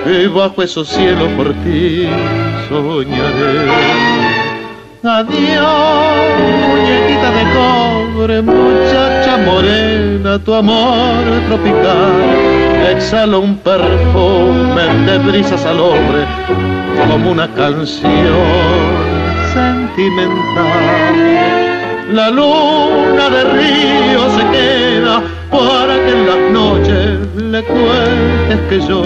y bajo esos cielos por ti soñaré. Adiós, muñequita de cobre, muchacha morena, tu amor tropical exhala un perfume de brisas al hombre como una canción sentimental. La luna de río se queda para que en las noches le cuentes que yo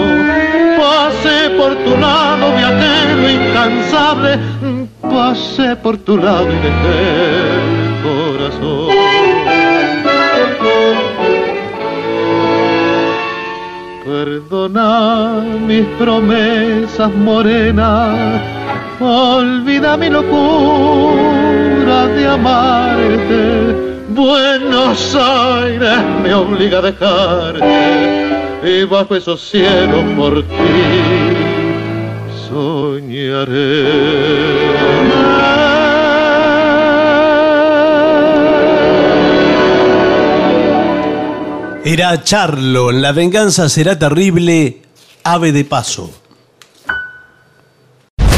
pasé por tu lado viajero y incansable, pasé por tu lado y dejé el corazón. Perdona mis promesas morenas, olvida mi locura de amarte. Buenos Aires me obliga a dejarte y bajo esos cielos por ti soñaré. Era Charlo, en La venganza será terrible, ave de paso.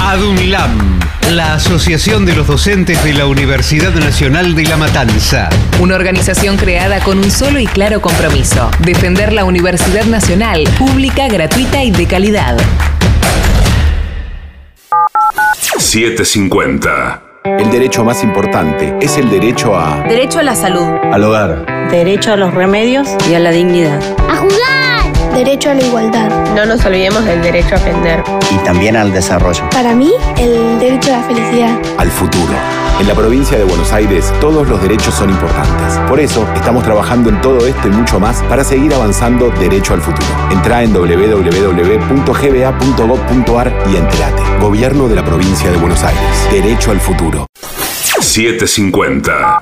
ADUNLAM, la Asociación de los Docentes de la Universidad Nacional de La Matanza. Una organización creada con un solo y claro compromiso, defender la Universidad Nacional, pública, gratuita y de calidad. 750. El derecho más importante es el derecho a, Derecho a la salud. al hogar. Derecho a los remedios y a la dignidad. ¡A jugar! Derecho a la igualdad. No nos olvidemos del derecho a aprender. y también al desarrollo. Para mí, el derecho a la felicidad. al futuro. En la provincia de Buenos Aires todos los derechos son importantes. Por eso estamos trabajando en todo esto y mucho más para seguir avanzando derecho al futuro. Entra en www.gba.gov.ar y entérate. Gobierno de la provincia de Buenos Aires. Derecho al futuro. 750.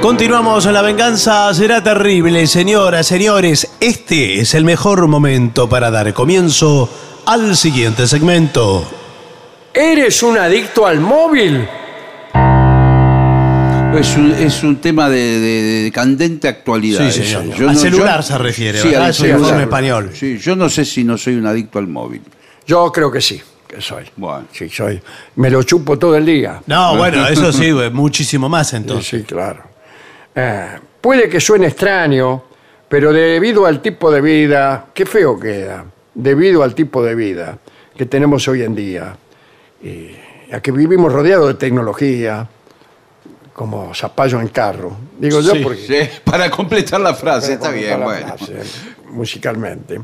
Continuamos en La venganza será terrible, señoras, señores. Este es el mejor momento para dar comienzo al siguiente segmento. ¿Eres un adicto al móvil? Es un, es un tema de, de- de candente actualidad. Sí, ese. señor. Yo Al yo- celular se refiere, sí, ¿verdad? al Es un informe celular. español. Sí, yo no sé si no soy un adicto al móvil. Yo creo que sí, que soy. Bueno. Sí, soy. Me lo chupo todo el día. No, bueno, eso sí, muchísimo más entonces. Sí, claro. Eh, puede que suene extraño, pero debido al tipo de vida, qué feo queda, debido al tipo de vida que tenemos hoy en día, y a que vivimos rodeados de tecnología, como zapallo en carro. Digo yo Sí, porque... sí, para completar la frase, está Bueno, bien, para bueno. la frase, musicalmente.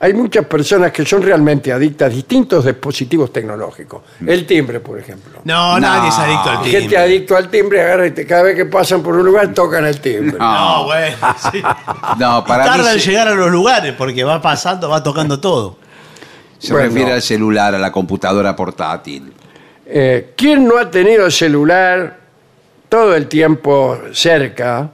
Hay muchas personas que son realmente adictas a distintos dispositivos tecnológicos. El timbre, por ejemplo. No, nadie es adicto al Hay gente timbre. adicto al timbre, agarra y te- cada vez que pasan por un lugar tocan el timbre. No, bueno, sí. No, para Y mí tarda en se- llegar a los lugares porque va pasando, va tocando todo. Se Bueno. refiere al celular, a la computadora portátil. Eh, ¿Quién no ha tenido el celular todo el tiempo cerca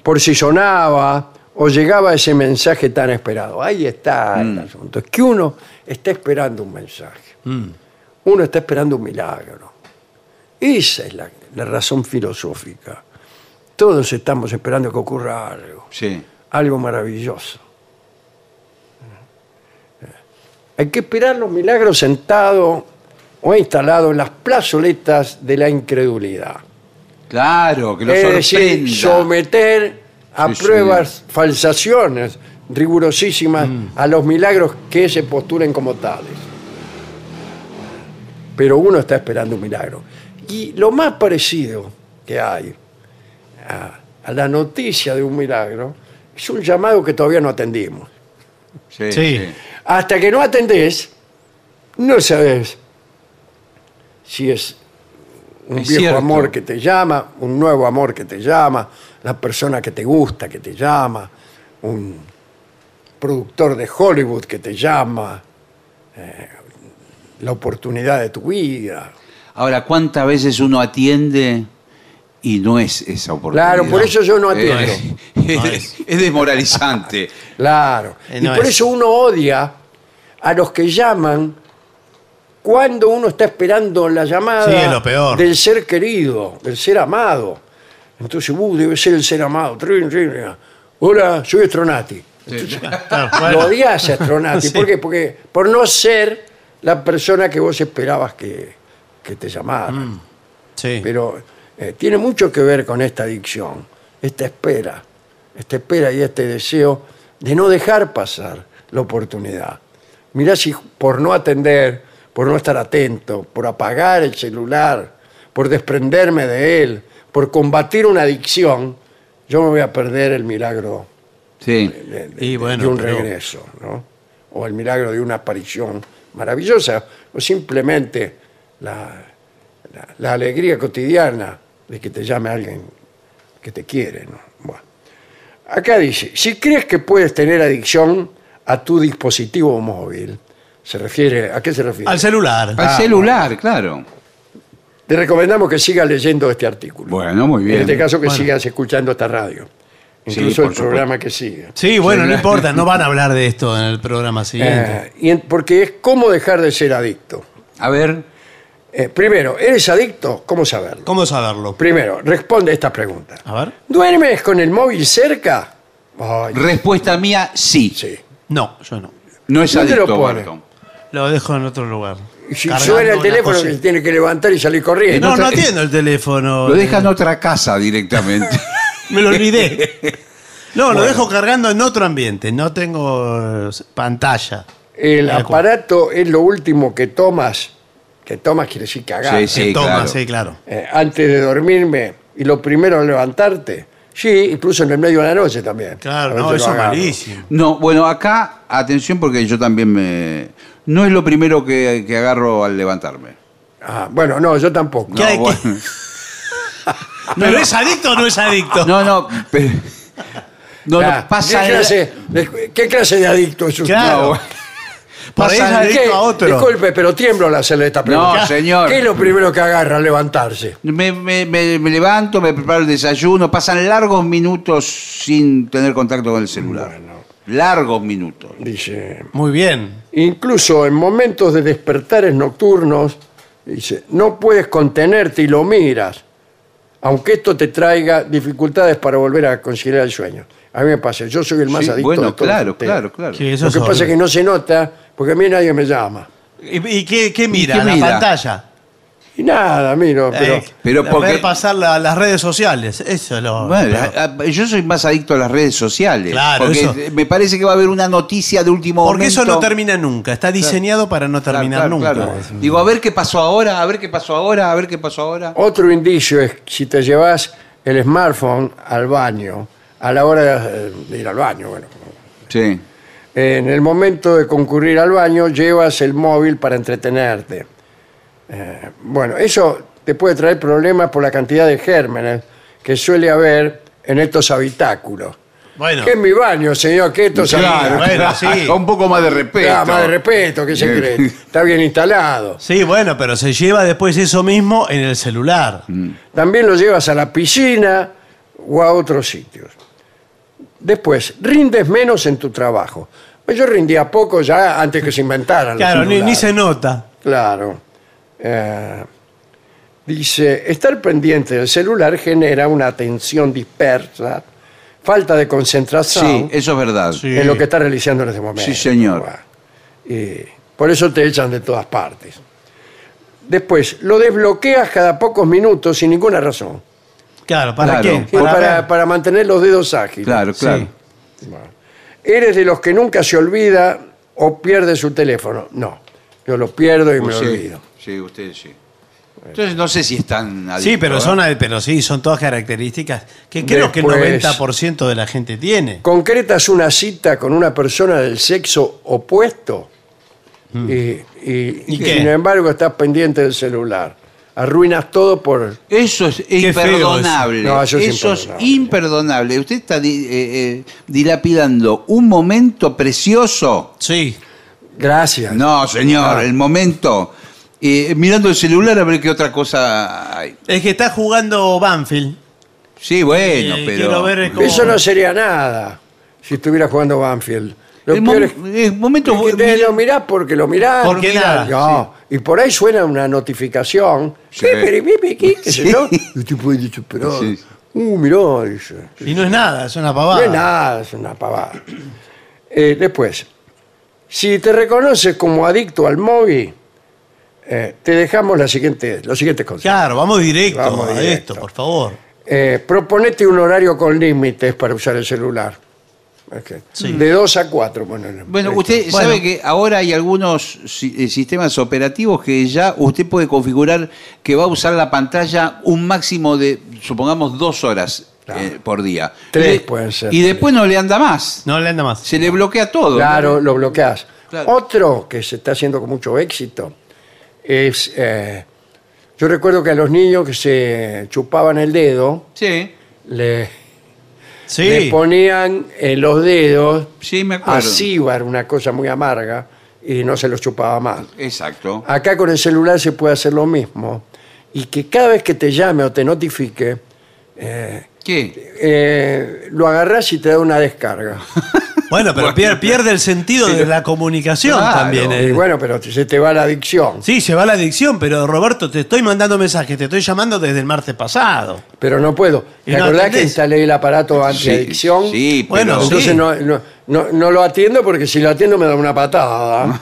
por si sonaba o llegaba ese mensaje tan esperado? Ahí está Mm. el asunto. Es que uno está esperando un mensaje. Uno está esperando un milagro. Esa es la, la razón filosófica. Todos estamos esperando que ocurra algo, Sí. algo maravilloso. Hay que esperar los milagros sentado o instalado en las plazoletas de la incredulidad. Claro, que lo es decir, sorprenda. someter a Sí, pruebas falsaciones rigurosísimas Mm. a los milagros que se postulen como tales. Pero uno está esperando un milagro. Y lo más parecido que hay a, a la noticia de un milagro es un llamado que todavía no atendimos. Sí, Sí. sí. Hasta que no atendés, no sabes si es un Es viejo cierto. amor que te llama, un nuevo amor que te llama, la persona que te gusta que te llama, un productor de Hollywood que te llama, eh, la oportunidad de tu vida. Ahora, ¿cuántas veces uno atiende y no es esa oportunidad? Claro, por eso yo no atiendo. Eh, es, es desmoralizante. Claro. Eh, y no por es. eso uno odia a los que llaman cuando uno está esperando la llamada Sí, es lo peor. del ser querido, del ser amado. Entonces, uh, debe ser el ser amado. Trin, trin, trin. Hola, soy Estronati. Claro, bueno. Lo odias a Stronati. Sí. ¿Por qué? Porque por no ser la persona que vos esperabas que, que te llamara. Mm, Pero eh, tiene mucho que ver con esta adicción, esta espera, esta espera y este deseo de no dejar pasar la oportunidad. Mirá si por no atender, por no estar atento, por apagar el celular, por desprenderme de él, por combatir una adicción, yo me voy a perder el milagro Sí. de Y un pero- regreso, ¿no? O el milagro de una aparición maravillosa, o simplemente la, la- la alegría cotidiana de que te llame alguien que te quiere, ¿no? Bueno. Acá dice, si crees que puedes tener adicción a tu dispositivo móvil, se refiere, ¿a qué se refiere? Al celular. Al Ah, celular, claro. Te recomendamos que sigas leyendo este artículo. Bueno, muy bien. En este caso que Bueno. sigas escuchando esta radio. Sí, Incluso por el programa que sigue. Sí, bueno, no claro. importa, no van a hablar de esto en el programa siguiente. Eh, y en- porque es cómo dejar de ser adicto. Eh, A ver. primero, ¿eres adicto? ¿Cómo saberlo? ¿Cómo saberlo? Primero, responde esta pregunta. A ver. ¿Duermes con el móvil cerca? Ay, Respuesta mía, sí. No, yo no. No es ¿Dónde lo adicto, pone? Barton. Lo dejo en otro lugar. y si Cargando suena el una teléfono cosa. que se tiene que levantar y salir corriendo. No, no atiendo el teléfono. Lo deja en otra casa directamente. Me lo olvidé. No, lo dejo cargando en otro ambiente. No tengo eh, pantalla. El Tal cual. aparato es lo último que tomas. Que tomas quiere decir que agarras. Sí, Que toma, claro. sí, claro. Eh, antes de dormirme y lo primero al levantarte. Sí, incluso en el medio de la noche también. Claro, A veces no, lo eso es agarro. malísimo. No, bueno, acá, atención porque yo también me... No es lo primero que, que agarro al levantarme. Ah, bueno, no, yo tampoco. ¿Qué hay No, que- bueno. ¿Pero es adicto o no es adicto? Ah, no, no, pero- no, no, Ah, pasa ¿qué, el- clase, de, qué clase de adicto es usted? Claro. Por ahí es Pasa el- adicto ¿Qué? a otro. Disculpe, pero tiemblo al hacerle esta pregunta. No, señor. ¿Qué es lo primero que agarra al levantarse? Me, me- me- me levanto, me preparo el desayuno, pasan largos minutos sin tener contacto con el celular. Largos minutos. Dice, Muy bien. incluso en momentos de despertares nocturnos, dice, no puedes contenerte y lo miras, aunque esto te traiga dificultades para volver a conciliar el sueño. A mí me pasa, yo soy el más Sí, adicto de bueno, todos claro, ustedes. claro, claro. Sí, eso Lo que es pasa es obvio. que no se nota, porque a mí nadie me llama. ¿Y, y qué, qué mira? ¿Y qué ¿La mira? pantalla? Y nada, miro, pero... Eh, pero la- porque- ver pasar la- las redes sociales. Eso es lo. Bueno, pero- a- a- yo soy más adicto a las redes sociales. Claro, porque eso. me parece que va a haber una noticia de último porque momento. eso no termina nunca. Está diseñado para no Claro, terminar claro, nunca. claro. Digo, a ver qué pasó ahora, a ver qué pasó ahora, a ver qué pasó ahora. Otro indicio es si te llevas el smartphone al baño, a la hora de, eh, de ir al baño, bueno. Sí. En el momento de concurrir al baño, llevas el móvil para entretenerte. Eh, bueno, eso te puede traer problemas por la cantidad de gérmenes que suele haber en estos habitáculos. Bueno, ¿Qué es mi baño, señor? ¿Qué estos Claro, habitáculos? bueno, sí. Un poco más de respeto. Ah, más de respeto, ¿qué se Bien. cree? Está bien instalado. sí, bueno, pero se lleva después eso mismo en el celular. Mm. También lo llevas a la piscina o a otros sitios. Después, rindes menos en tu trabajo. Pues Yo rindía poco ya antes que se inventaran. los Claro, ni, ni celulares. se nota. Claro. Eh, dice, estar pendiente del celular genera una atención dispersa, falta de Sí, concentración eso es verdad. Sí. en lo que estás realizando en este momento. Sí, señor. Bueno, y por eso te echan de todas partes. Después, lo desbloqueas cada pocos minutos sin ninguna razón. Claro, ¿para Claro. qué? Para, Para- para, mantener los dedos ágiles. Claro, claro. ¿Eres de los que nunca se olvida o pierde su teléfono? No, yo lo pierdo y me lo Oh, Sí, olvido. sí, usted sí. Entonces no sé si están adictos. Sí, pero ¿eh? son, pero sí, son todas características que creo Después- que el 90% de la gente tiene. Concretas una cita con una persona del sexo opuesto Mm. y, y- ¿Y y qué? sin embargo estás pendiente del celular. Arruinas todo por... Eso es imperdonable. eso. No, eso es eso es imperdonable. imperdonable. Usted está di- eh, eh, dilapidando un momento precioso. Sí. Gracias. No, señor, Ah. el momento. Eh, mirando el celular a ver qué otra cosa hay. Es que está jugando Banfield. Sí, bueno, Eh, pero. quiero ver cómo- Eso no sería nada si estuviera jugando Banfield. Lo el peor mom- es eh, momento. Y que lo mirás porque lo mirás. Porque mirás. nada, No, Y por ahí suena una notificación. Sí. Pipiri, pipi, qui, qué sé Sí. yo. Y usted puede decir, pero, Sí. Uh, mirá, dice. Y no es nada, es una No pavada. es nada, es una pavada. Eh, después, si te reconoces como adicto al móvil, eh, te dejamos la siguiente, los siguientes consejos. Claro, vamos directo Vamos a directo. esto, por favor. Eh, proponete un horario con límites para usar el celular. Ok. De 2 a 4. Bueno, Bueno, usted sabe que ahora hay algunos si- eh, sistemas operativos que ya usted puede configurar que va a usar la pantalla un máximo de, supongamos, dos horas eh, por día. Tres Y de- pueden ser, Y después no le anda más. No le anda más. Se le bloquea todo. Claro, lo bloqueas. Otro que se está haciendo con mucho éxito es. eh, yo recuerdo que a los niños que se chupaban el dedo, Sí. le, Sí. le ponían en los dedos Sí, me acuerdo. acíbar, una cosa muy amarga, y no se los chupaba más. Exacto. Acá con el celular se puede hacer lo mismo. Y que cada vez que te llame o te notifique, eh, ¿Qué? eh, lo agarras y te da una descarga. Bueno, pero pier- pierde el sentido de la comunicación Claro. también. Y eh. bueno, pero se te va la adicción. Sí, se va la adicción, pero Roberto, te estoy mandando mensajes, te estoy llamando desde el martes pasado. Pero no puedo. Y ¿Te no acordás atendés. que instalé el aparato antiadicción? Sí, sí, pero- Bueno, entonces sí. no, no- no- no lo atiendo porque si lo atiendo me da una patada.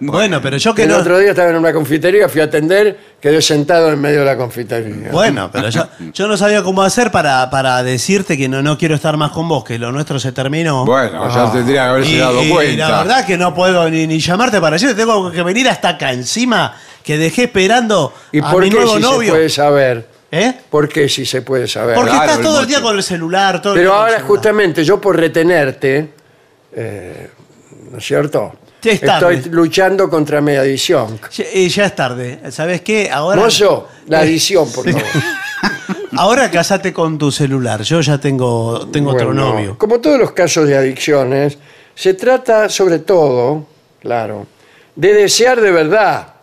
Bueno, pero yo que el no. otro día estaba en una confitería, fui a atender, quedé sentado en medio de la confitería. Bueno, pero yo, yo no sabía cómo hacer para, para decirte que no, no quiero estar más con vos, que lo nuestro se terminó. Ah. Bueno, ya tendría que haberse Y- dado y cuenta. la verdad que no puedo ni, ni llamarte para decirte, tengo que venir hasta acá encima, que dejé esperando ¿Y a por mi qué nuevo si se novio. puede saber? ¿Eh? ¿Por qué si se puede saber? Porque estás todo el día con el celular, todo el Pero día con el ahora celular. justamente yo por retenerte, eh, ¿no es cierto? Sí, es tarde. Estoy luchando contra mi adicción. Ya, eh, ya es tarde. ¿Sabes qué? Ahora. Mozo, la adicción, por Sí. favor. Ahora casate con tu celular. Yo ya tengo, tengo otro Bueno, novio. Como todos los casos de adicciones, se trata sobre todo, claro, de desear de verdad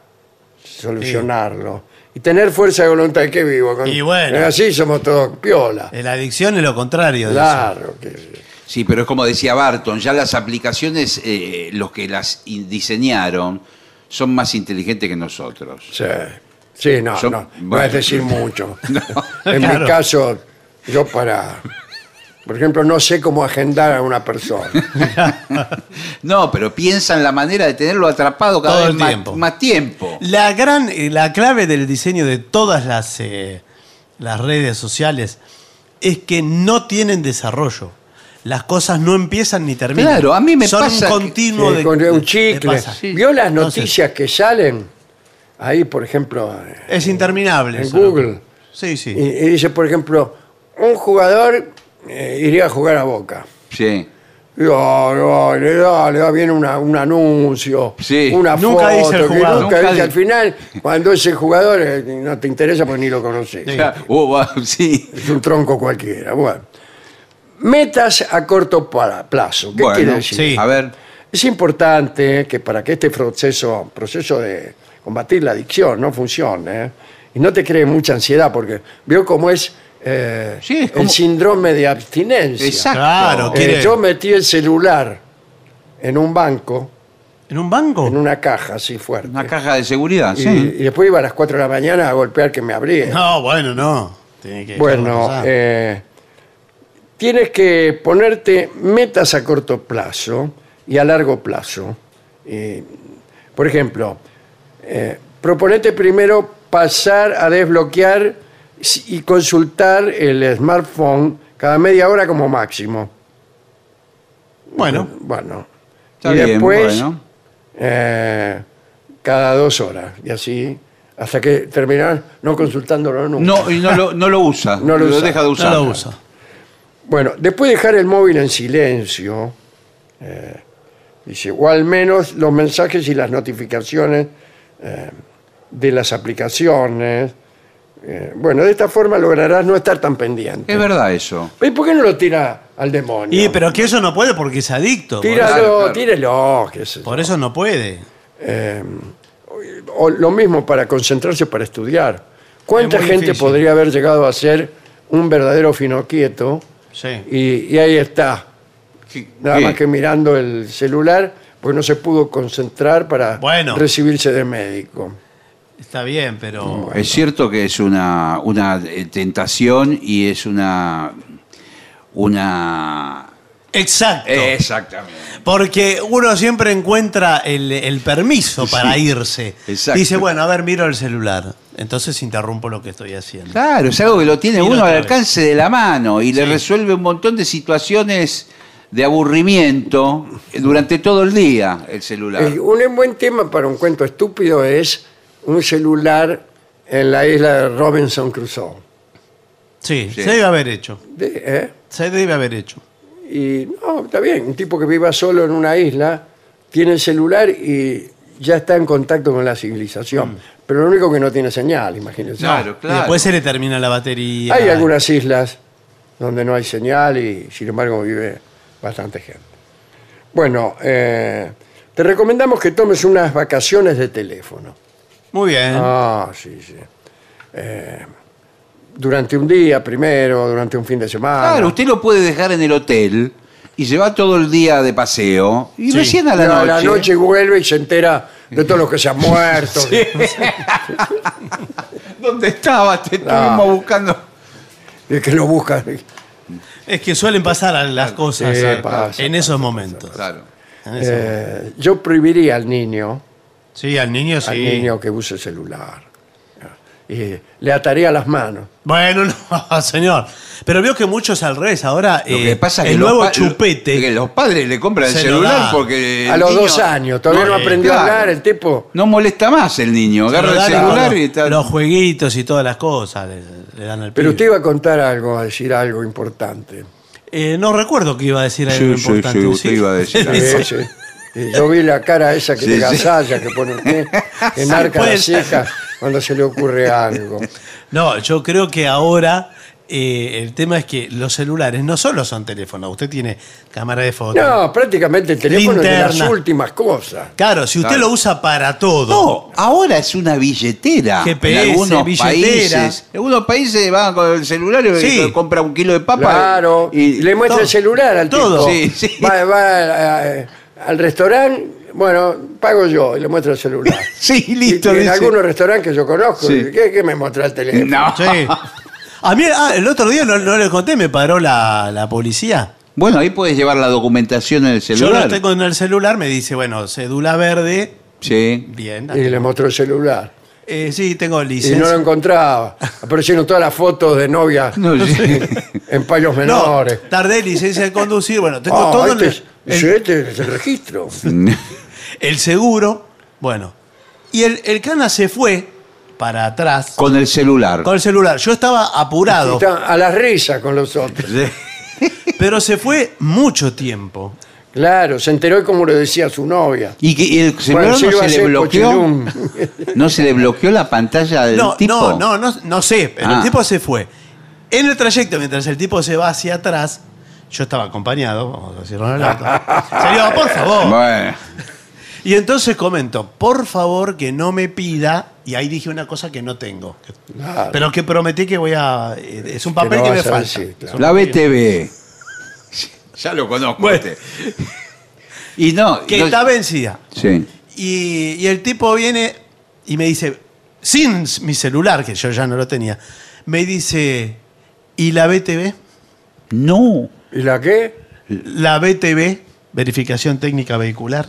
solucionarlo y tener fuerza de voluntad que vivo. con- Eh, Y bueno. Así somos todos piola. Eh, La adicción es lo contrario. de Claro. que- Sí, pero es como decía Barton, ya las aplicaciones, eh, los que las in- diseñaron, son más inteligentes que nosotros. sí, sí, no, Son- no, no bueno. es decir mucho. en Claro. mi caso, yo para... Por ejemplo, no sé cómo agendar a una persona. No, pero piensan la manera de tenerlo atrapado cada Todo vez el más- tiempo. Más, tiempo. eso. La gran, eh, la clave del diseño de todas las, eh, las redes sociales es que no tienen desarrollo. Las cosas no empiezan ni terminan. Claro, a mí me Son pasa que- un continuo Eh, de, con de- un de chicle. pasas. ¿Vio las Entonces, noticias que salen? Ahí, por ejemplo, eh, es interminable. en eso. Google. Sí, sí. Y, y dice, por ejemplo, un jugador eh, iría a jugar a Boca. Sí. Y, Dale, dale, dale, ah, viene una- un anuncio, Sí. una Nunca foto, dice el que jugador. nunca Nunca dice di- al final, cuando ese jugador eh, no te interesa porque ni lo conoces. Claro. Oh, wow, sí. Es un tronco cualquiera. Bueno. Metas a corto para- plazo. ¿Qué quiere Bueno, decir? sí. a ver. Es importante que para que este proceso, proceso de combatir la adicción no funcione, ¿eh? y no te cree mucha ansiedad, porque veo cómo es, eh, Sí, es el como- síndrome de abstinencia. Exacto. Claro, Eh, quiere- yo metí el celular en un banco, ¿En un banco? Ah, en una caja así fuerte, Una caja de seguridad, y, sí. Eh, y después iba a las 4 de la mañana a golpear que me abriera. No, bueno, no. Tiene que Bueno, dejarlo pasar. eh, tienes que ponerte metas a corto plazo y a largo plazo. Eh, por ejemplo, eh, proponete primero pasar a desbloquear si- y consultar el smartphone cada media hora como máximo. bueno. Bueno, Está y bien, después bueno. eh, cada dos horas y así hasta que terminar no consultándolo nunca. No, y no lo, no lo usa. No lo usa. deja de usar. No lo usa. Bueno, después de dejar el móvil en silencio, eh, dice, o al menos los mensajes y las notificaciones eh, de las aplicaciones. Eh, bueno, de esta forma lograrás no estar tan pendiente. Es verdad eso. ¿Y por qué no lo tira al demonio? Y pero que eso no puede porque es adicto. por Tíralo, eso- Claro, claro. tírelo. qué sé yo. Por eso no puede. Eh, o lo mismo para concentrarse para estudiar. ¿Cuánta Es muy gente difícil. podría haber llegado a ser un verdadero finoquieto? Sí. Y, y ahí está. Nada Sí. más que mirando el celular, pues no se pudo concentrar para Bueno. recibirse de médico. Está bien, mm. pero. Es cierto que es una, una eh, tentación y es una, una Exacto. Exactamente. Porque uno siempre encuentra el, el permiso para Sí. irse. Exacto. Dice, bueno, a ver, miro el celular. Entonces interrumpo lo que estoy haciendo. Claro, es algo que lo tiene Y uno otra al vez. alcance de la mano y le resuelve un montón de situaciones de aburrimiento durante todo el día el celular. Eh, un buen tema para un cuento estúpido es un celular en la isla de Robinson Crusoe. Sí, Sí. se debe haber hecho. De- ¿eh? Se debe haber hecho. Y no, está bien, un tipo que viva solo en una isla tiene el celular y ya está en contacto con la Mm. civilización. Pero lo único que no tiene señal, imagínense. No, y Después se le termina la batería. Hay algunas islas donde no hay señal y sin embargo vive bastante gente. Bueno, eh, te recomendamos que tomes unas vacaciones de teléfono. Muy bien. Ah, sí, sí. Eh, durante un día primero, durante un fin de semana. Claro, usted lo puede dejar en el hotel y se va todo el día de paseo y recién a la No, noche. ¿eh? vuelve y se entera de todos los que se han muerto. ¿Dónde estaba? Te estuvimos buscando. Es que lo buscan. Es que suelen pasar a las cosas Sí, eh, pasa, en esos momentos. Claro. En ese momento. Eh, yo prohibiría al niño. Sí, al niño sí. Al niño que use celular. Y le ataría las manos. Bueno, no, señor. Pero veo que muchos al revés. Ahora Lo eh, que pasa es que el los nuevo pa- chupete. que los padres le compran el se lo celular da. porque. A el los niño- dos años, todavía no eh, aprendió a claro. hablar el tipo. No molesta más el niño, se lo agarra el dan celular los, y está. los jueguitos y todas las cosas le, le dan al Pero pibe. usted iba a contar algo, a decir algo importante. Eh, no recuerdo que iba a decir Sí, algo sí, importante. sí, usted iba a decir algo. Sí. Sí, sí. Yo vi la cara esa que Sí, le sí. gasalla que pone usted, que Sí, marca puede las ser. cejas cuando se le ocurre algo. No, yo creo que ahora eh, el tema es que los celulares no solo son teléfonos. Usted tiene cámara de fotos. No, prácticamente el teléfono es de las Linterna. últimas cosas. Claro, si usted Claro. lo usa para todo. No, ahora es una billetera. GPS, en algunos billetera. países. En algunos países van con el celular y Sí. compra un kilo de papa. Claro, y le muestra todo. el celular al Todo. tipo. Sí, sí. Va, va, eh, al restaurante, bueno, pago yo y le muestro el celular. Sí, Y- listo. y en dice. algunos restaurantes que yo conozco, Sí. ¿qué, qué me muestra el teléfono? No. Sí. A mí, ah, el otro día no, no le conté, me paró la, la policía. Bueno, ahí puedes llevar la documentación en el Yo celular. lo tengo en el celular, me dice, bueno, cédula verde. Sí. Bien. Y le mostró el celular. Eh, sí, tengo Y no licencia. lo encontraba. Aparecieron todas las fotos de novia No, sí. en payos No, menores. tardé licencia de conducir. Bueno, tengo Ah, todo en este, el, es, este es el registro. el seguro. Bueno. Y el, el cana se fue para atrás con, Con el celular. el celular. Yo estaba apurado, Está a la risa con los otros. pero se fue mucho tiempo. Claro, se enteró y como le decía a su novia. ¿Y, que- y el celular Bueno, sí, iba no a se le ser bloqueó? cochilum. ¿No se le bloqueó la pantalla del No, tipo? no, no, no, no sé, pero Ah. el tipo se fue. En el trayecto, mientras el tipo se va hacia atrás, yo estaba acompañado, vamos a decirlo en el auto. Señor, por favor. Bueno, Y entonces comento, por favor que no me pida, y ahí dije una cosa que no tengo, Claro. pero que prometí que voy a... eh, Es un papel no que, vas me a falta. decir, claro. la BTV. Ya lo conozco. este. Y no. Que no- está vencida. Sí. Y, y el tipo viene y me dice, sin s- mi celular, que yo ya no lo tenía, me dice, ¿y la BTV? No. ¿Y la qué? La BTV, verificación técnica vehicular.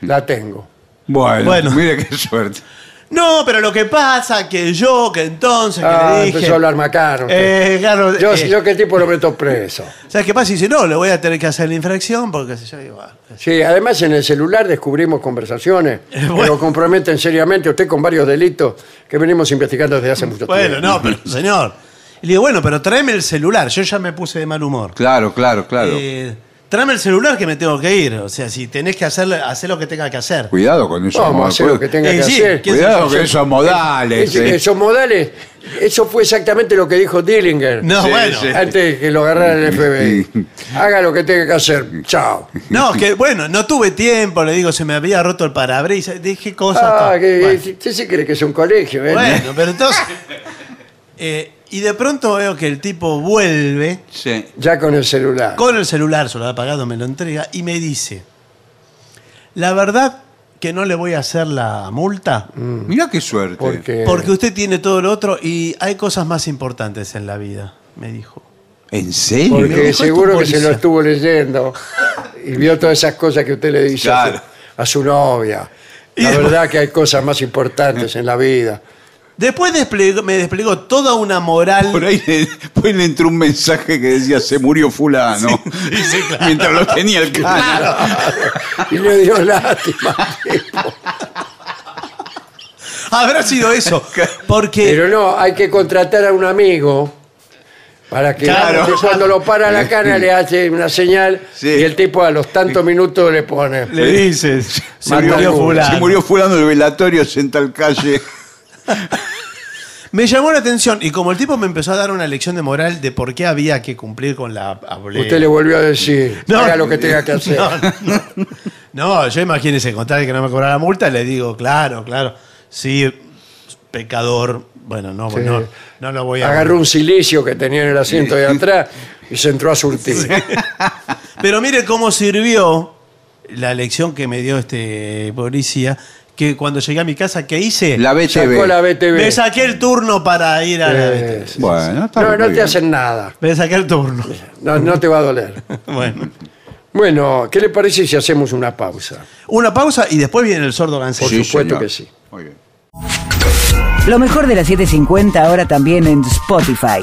La tengo. Bueno, Bueno. mire qué suerte. No, pero lo que pasa que yo, que entonces, que Ah, le dije... empezó a hablar macano. Eh, claro, yo, eh, yo qué tipo lo meto preso. ¿Sabes qué pasa? Y dice, no, le voy a tener que hacer la infracción porque qué sé yo digo, ah, Sí, además en el celular descubrimos conversaciones que bueno. lo comprometen seriamente a usted con varios delitos que venimos investigando desde hace mucho Bueno, tiempo. no, pero señor. Y le digo, bueno, pero tráeme el celular. Yo ya me puse de mal humor. Claro, claro, claro. Eh, tráeme el celular que me tengo que ir. O sea, si tenés que hacer, hacer lo que tenga que hacer. Cuidado con eso. Vamos a amor. hacer lo que tenga Eh, que sí, hacer. ¿quién Cuidado se- con esos modales. Ese- eh. Esos modales, eso fue exactamente lo que dijo Dillinger No, Sí, bueno. sí. antes de que lo agarrara el FBI. Haga lo que tenga que hacer. Chao. No, que bueno, no tuve tiempo. Le digo, se me había roto el parabrisas. Dije cosas. Ah, tal. que, bueno, usted sí cree que es un colegio, ¿eh? bueno, pero entonces. eh, y de pronto veo que el tipo vuelve Sí. Ya con el celular. con el celular, se lo había pagado, me lo entrega y me dice: La verdad que no le voy a hacer la multa. Mirá qué suerte. Mm. Porque, Porque usted tiene todo lo otro y hay cosas más importantes en la vida, me dijo. ¿En serio? Porque seguro que se lo estuvo leyendo y vio todas esas cosas que usted le dice a su- Claro. a su novia. La verdad que hay cosas más importantes en la vida. Después desplegó- me desplegó toda una moral. Por ahí, le, por ahí le entró un mensaje que decía se murió fulano. Mientras lo tenía el cara. Y le dio lástima. Habrá sido eso. Porque. Pero no, hay que contratar a un amigo para que Claro. que cuando lo para la cana le hace una señal y el tipo a los tantos minutos le pone. Le dices. Se murió fulano. Se Eh, murió fulano del velatorio en tal calle. Me llamó la atención y como el tipo me empezó a dar una lección de moral de por qué había que cumplir con la ablea. Usted le volvió a decir, haga lo que tenga que hacer. No, no. No, yo imagínese, con tal de que no me cobrara la multa, le digo, claro, claro, sí, pecador, bueno, no, Sí. no, no lo voy a... Agarró un silicio que tenía en el asiento de atrás y se entró a surtir. Pero mire cómo sirvió la lección que me dio este policía, que cuando llegué a mi casa, ¿qué hice? La BTV. Sacó la BTV. Me saqué el turno para ir a la Eh, BTV. Bueno, está No, bien, no está te bien. hacen nada. Me saqué el turno. No, no te va a doler. Bueno. Bueno, ¿qué le parece si hacemos una pausa? Una pausa y después viene el sordo Por ganso. Sí, supuesto señor. que sí. Muy bien. Lo mejor de la 750 ahora también en Spotify.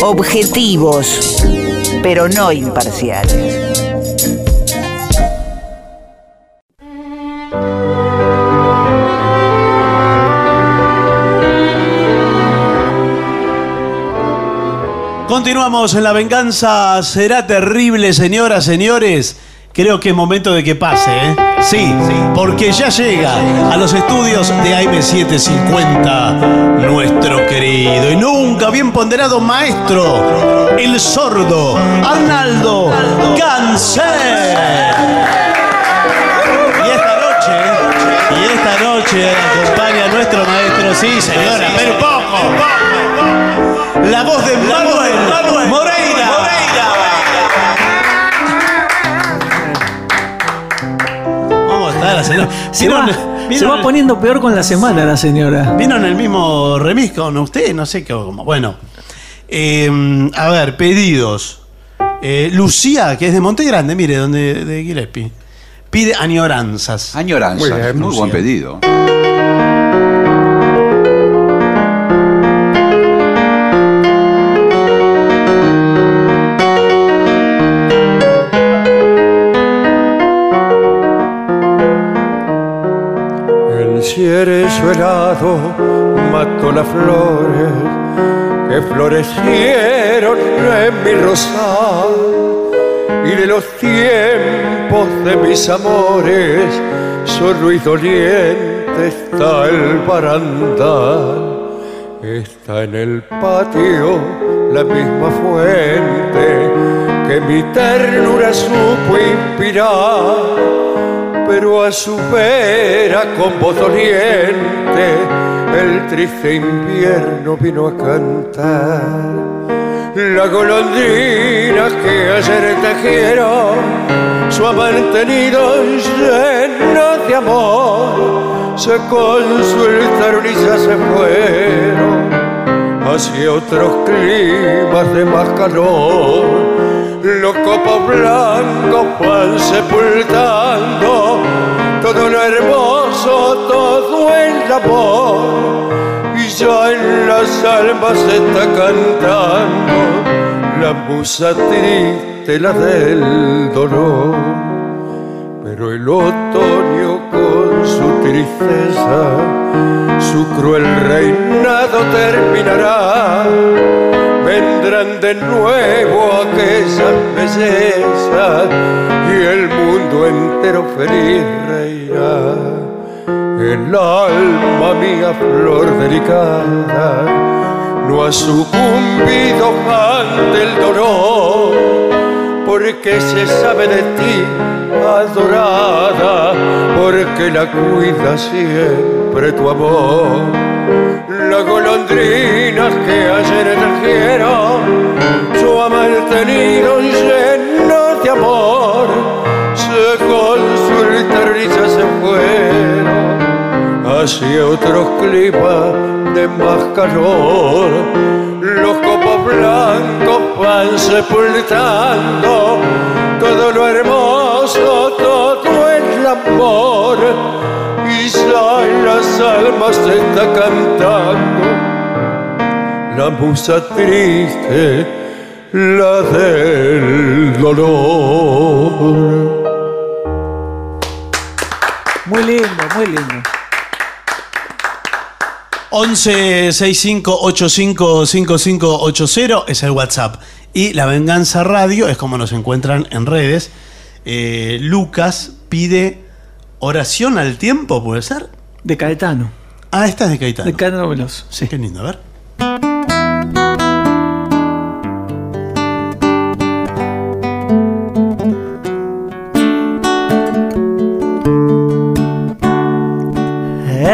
Objetivos, pero no imparciales. Continuamos en la venganza. Será terrible, señoras, señores. Creo que es momento de que pase, ¿eh? Sí, porque ya llega a los estudios de AM750 nuestro querido y nunca bien ponderado maestro, el sordo Arnaldo Cáncer. Y esta noche, y esta noche acompaña a nuestro maestro, sí, señora, pero poco. La voz de Manuel, Moreira. Vamos a estar haciendo. Se va, se va poniendo peor con la semana la señora. Vino en el mismo remis con usted, no sé qué. cómo. Bueno, eh, a ver, pedidos. Eh, Lucía, que es de Monte Grande, mire, donde, de Gillespie, pide añoranzas. Añoranza. Muy bien, muy buen pedido. Luciano. El cierzo helado mató las flores que florecieron en mi rosal y de los tiempos de mis amores solo y doliente está el barandal. Está en el patio la misma fuente que mi ternura supo inspirar pero a su vera con voz doliente el triste invierno vino a cantar. La golondrina que ayer tejieron su mantenido lleno de amor se consultaron y ya se fueron hacia otros climas de más calor. Los copos blancos van sepultando todo lo hermoso, todo el amor. Y ya en las almas está cantando la musa triste, la del dolor. Pero el otoño con su tristeza, su cruel reinado terminará vendrán de nuevo aquellas bellezas y el mundo entero feliz reirá. El alma mía, flor delicada, no ha sucumbido ante el dolor. porque se sabe de ti, adorada, porque la cuida siempre tu amor. Las golondrinas que ayer trajeron su mantenido lleno de amor, se consulta risa se fueron hacia otros climas de más calor. Los copos blancos van sepultando todo lo hermoso, todo el amor. Y ya en las almas se está cantando la musa triste, la del dolor. Muy lindo, muy lindo. 11 65 85 5580 es el WhatsApp. Y La Venganza Radio es como nos encuentran en redes. Eh, Lucas pide oración al tiempo, ¿puede ser? De Caetano. Ah, esta es de Caetano. De Caetano Veloso, sí. Qué lindo, a ver.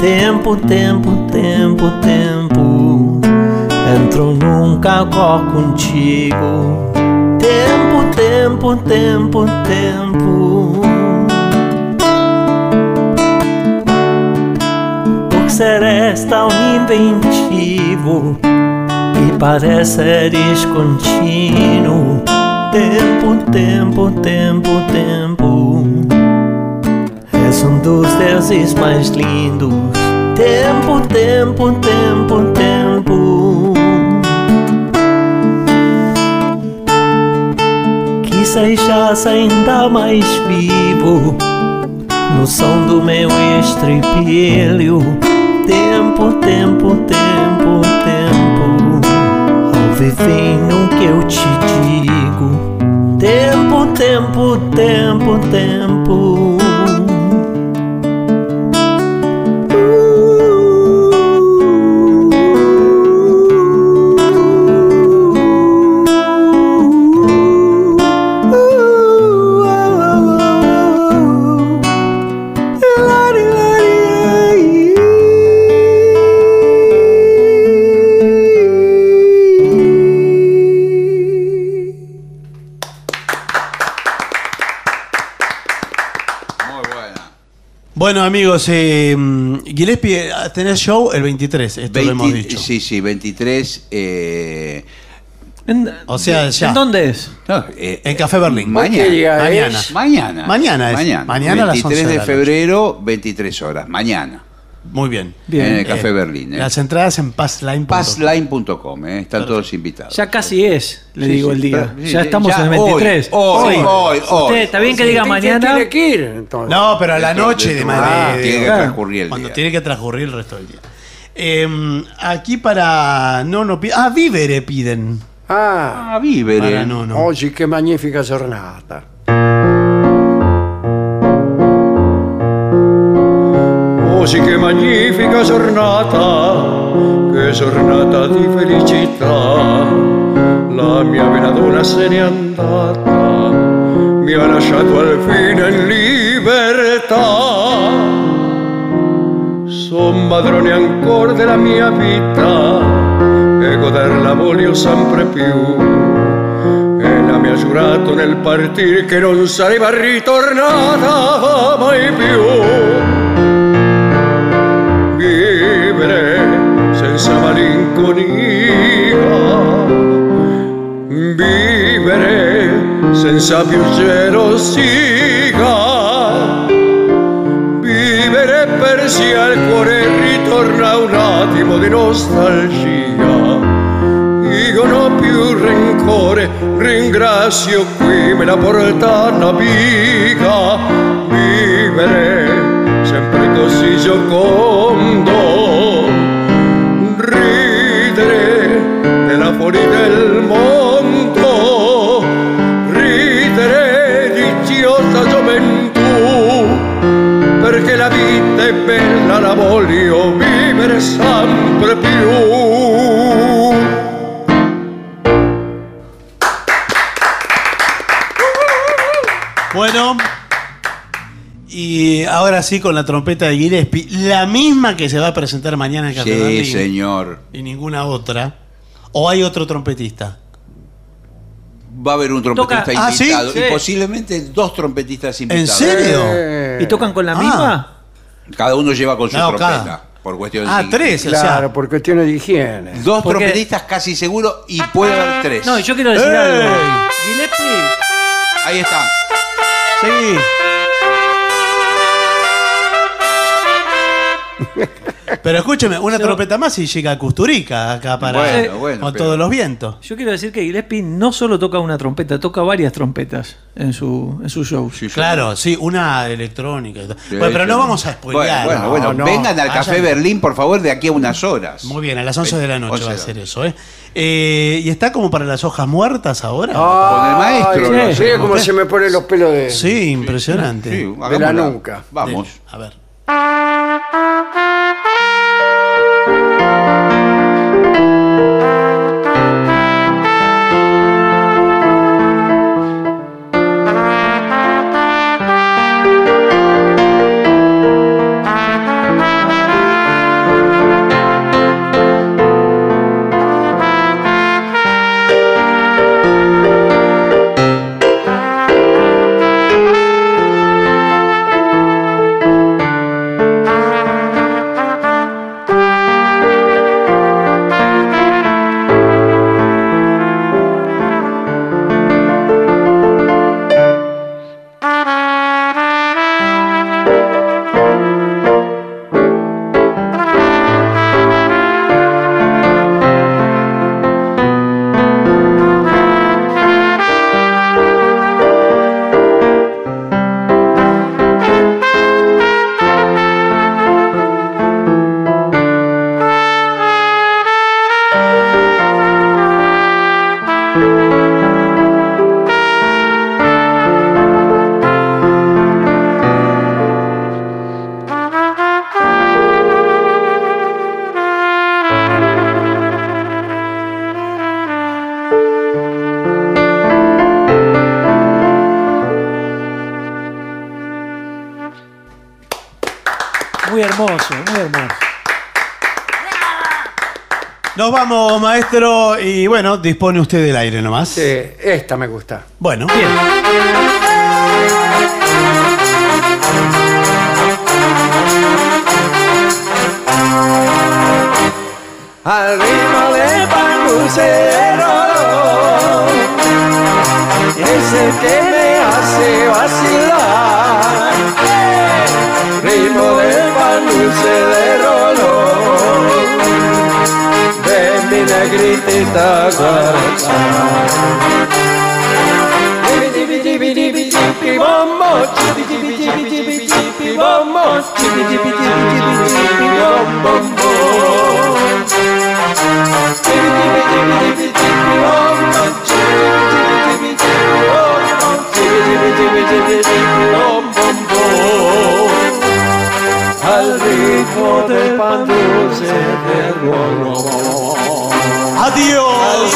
Tempo, tempo, tempo, tempo. Entro nunca cor contigo. Tempo, tempo, tempo, tempo. Por seres tão inventivo e pareceres contínuo. Tempo, tempo, tempo, tempo. És um dos deuses mais lindos. Tempo, tempo, tempo, tempo. Que sejas ainda mais vivo no som do meu estribilho. Tempo, tempo, tempo, tempo. Ouve bem no que eu te digo. Tempo, tempo, tempo, tempo. Bueno, amigos, eh, Gillespie, tenés show el 23, esto lo hemos 20 dicho. Sí, sí, 23. eh, o sea, ya. ¿En dónde es? no, eh, En Café Berlín. mañana. Mañana. Mañana. Mañana es. Mañana, Mañana a las 23 11 de de, la noche. febrero, 23 horas. Mañana. Muy bien. Bien. En el Café Eh, Berlín. eh. Las entradas en Passline. Passline.com, eh, están todos invitados. Ya casi es, le Sí, digo sí, el día. sí, ya sí, estamos ya, en el hoy, 23. hoy, hoy, hoy. Usted, está bien que Sí, diga ¿quién mañana. tiene que ir, entonces? No, pero a la noche de Ah, tiene que Madrid. transcurrir el Cuando día. tiene que transcurrir el resto del día. Eh, aquí para. No, no. pi- Ah, vívere piden. Ah, Ah, víveres. Para no, no. oye, qué magnífica jornada. Oh sì che magnifica giornata, che giornata di felicità. La mia veladona se n'è andata, mi ha lasciato al fine in libertà. Son padrone ancora della mia vita e goderla voglio sempre più. E la mi ha giurato nel partir che non sarebbe ritornata mai più. vivere senza malinconia, vivere senza più gelosia, vivere per sì al cuore ritorna un attimo di nostalgia. Io un oppio rencore, ringrazio qui me la porta una amica. Vivere sempre così giocondo, ridere della fuori del mondo, ridere dichosa gioventù, perché la vita è bella, la voglio vivere sempre più. Bueno, y ahora sí con la trompeta de Gillespie, la misma que se va a presentar mañana en Catedral Sí, señor. y ninguna otra. ¿O hay otro trompetista? Va a haber un trompetista Toca- Ah, ¿sí? invitado Sí. y posiblemente dos trompetistas invitados. serio? Eh. ¿Y tocan con la Ah. misma? Cada uno lleva con su No, trompeta. cada- Por cuestión Ah, tres, o sea. Claro, por cuestiones de higiene. Dos Porque- trompetistas casi seguro y puede haber tres. No, yo quiero decir ¡Eh! algo. Gillespie. Ahí está. Sí. Pero escúcheme, una trompeta más y llega a Custurica acá para Bueno, bueno, con pero- todos los vientos. Yo quiero decir que Gillespie no solo toca una trompeta, toca varias trompetas en su, en su show. Claro, sí, una electrónica. y todo. Bueno, pero sí. no vamos a Bueno, spoilear. bueno, bueno, No, no. vengan al Café Vayan. Berlín, por favor, de aquí a unas horas. Muy bien, a las 11 de la noche 11 va a de la ser eso, ¿eh? Eh, y está como para las hojas muertas ahora? Ay, Sí, Sí, como se me ponen los pelos de, Sí, impresionante. Sí, de la nuca. Vamos. A ver. Muy hermoso, muy hermoso. Nos vamos, maestro, y bueno, dispone usted del aire nomás. esta me gusta. Bueno, bien. al ritmo de Panucero, ese que me hace vacilar, ritmo de Panucero, de mi negritita al ritmo del pan dulce de rojo. Adiós,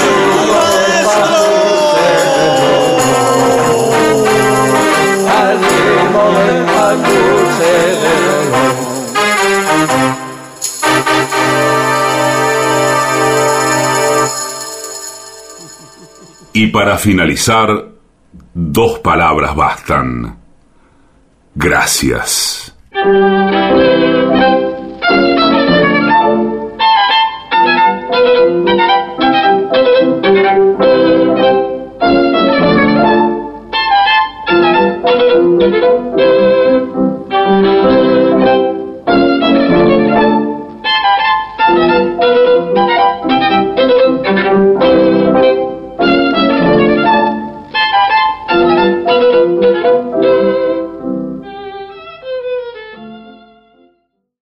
Al ritmo del pan dulce de rojo. Y para finalizar, dos palabras bastan. Gracias. Thank you.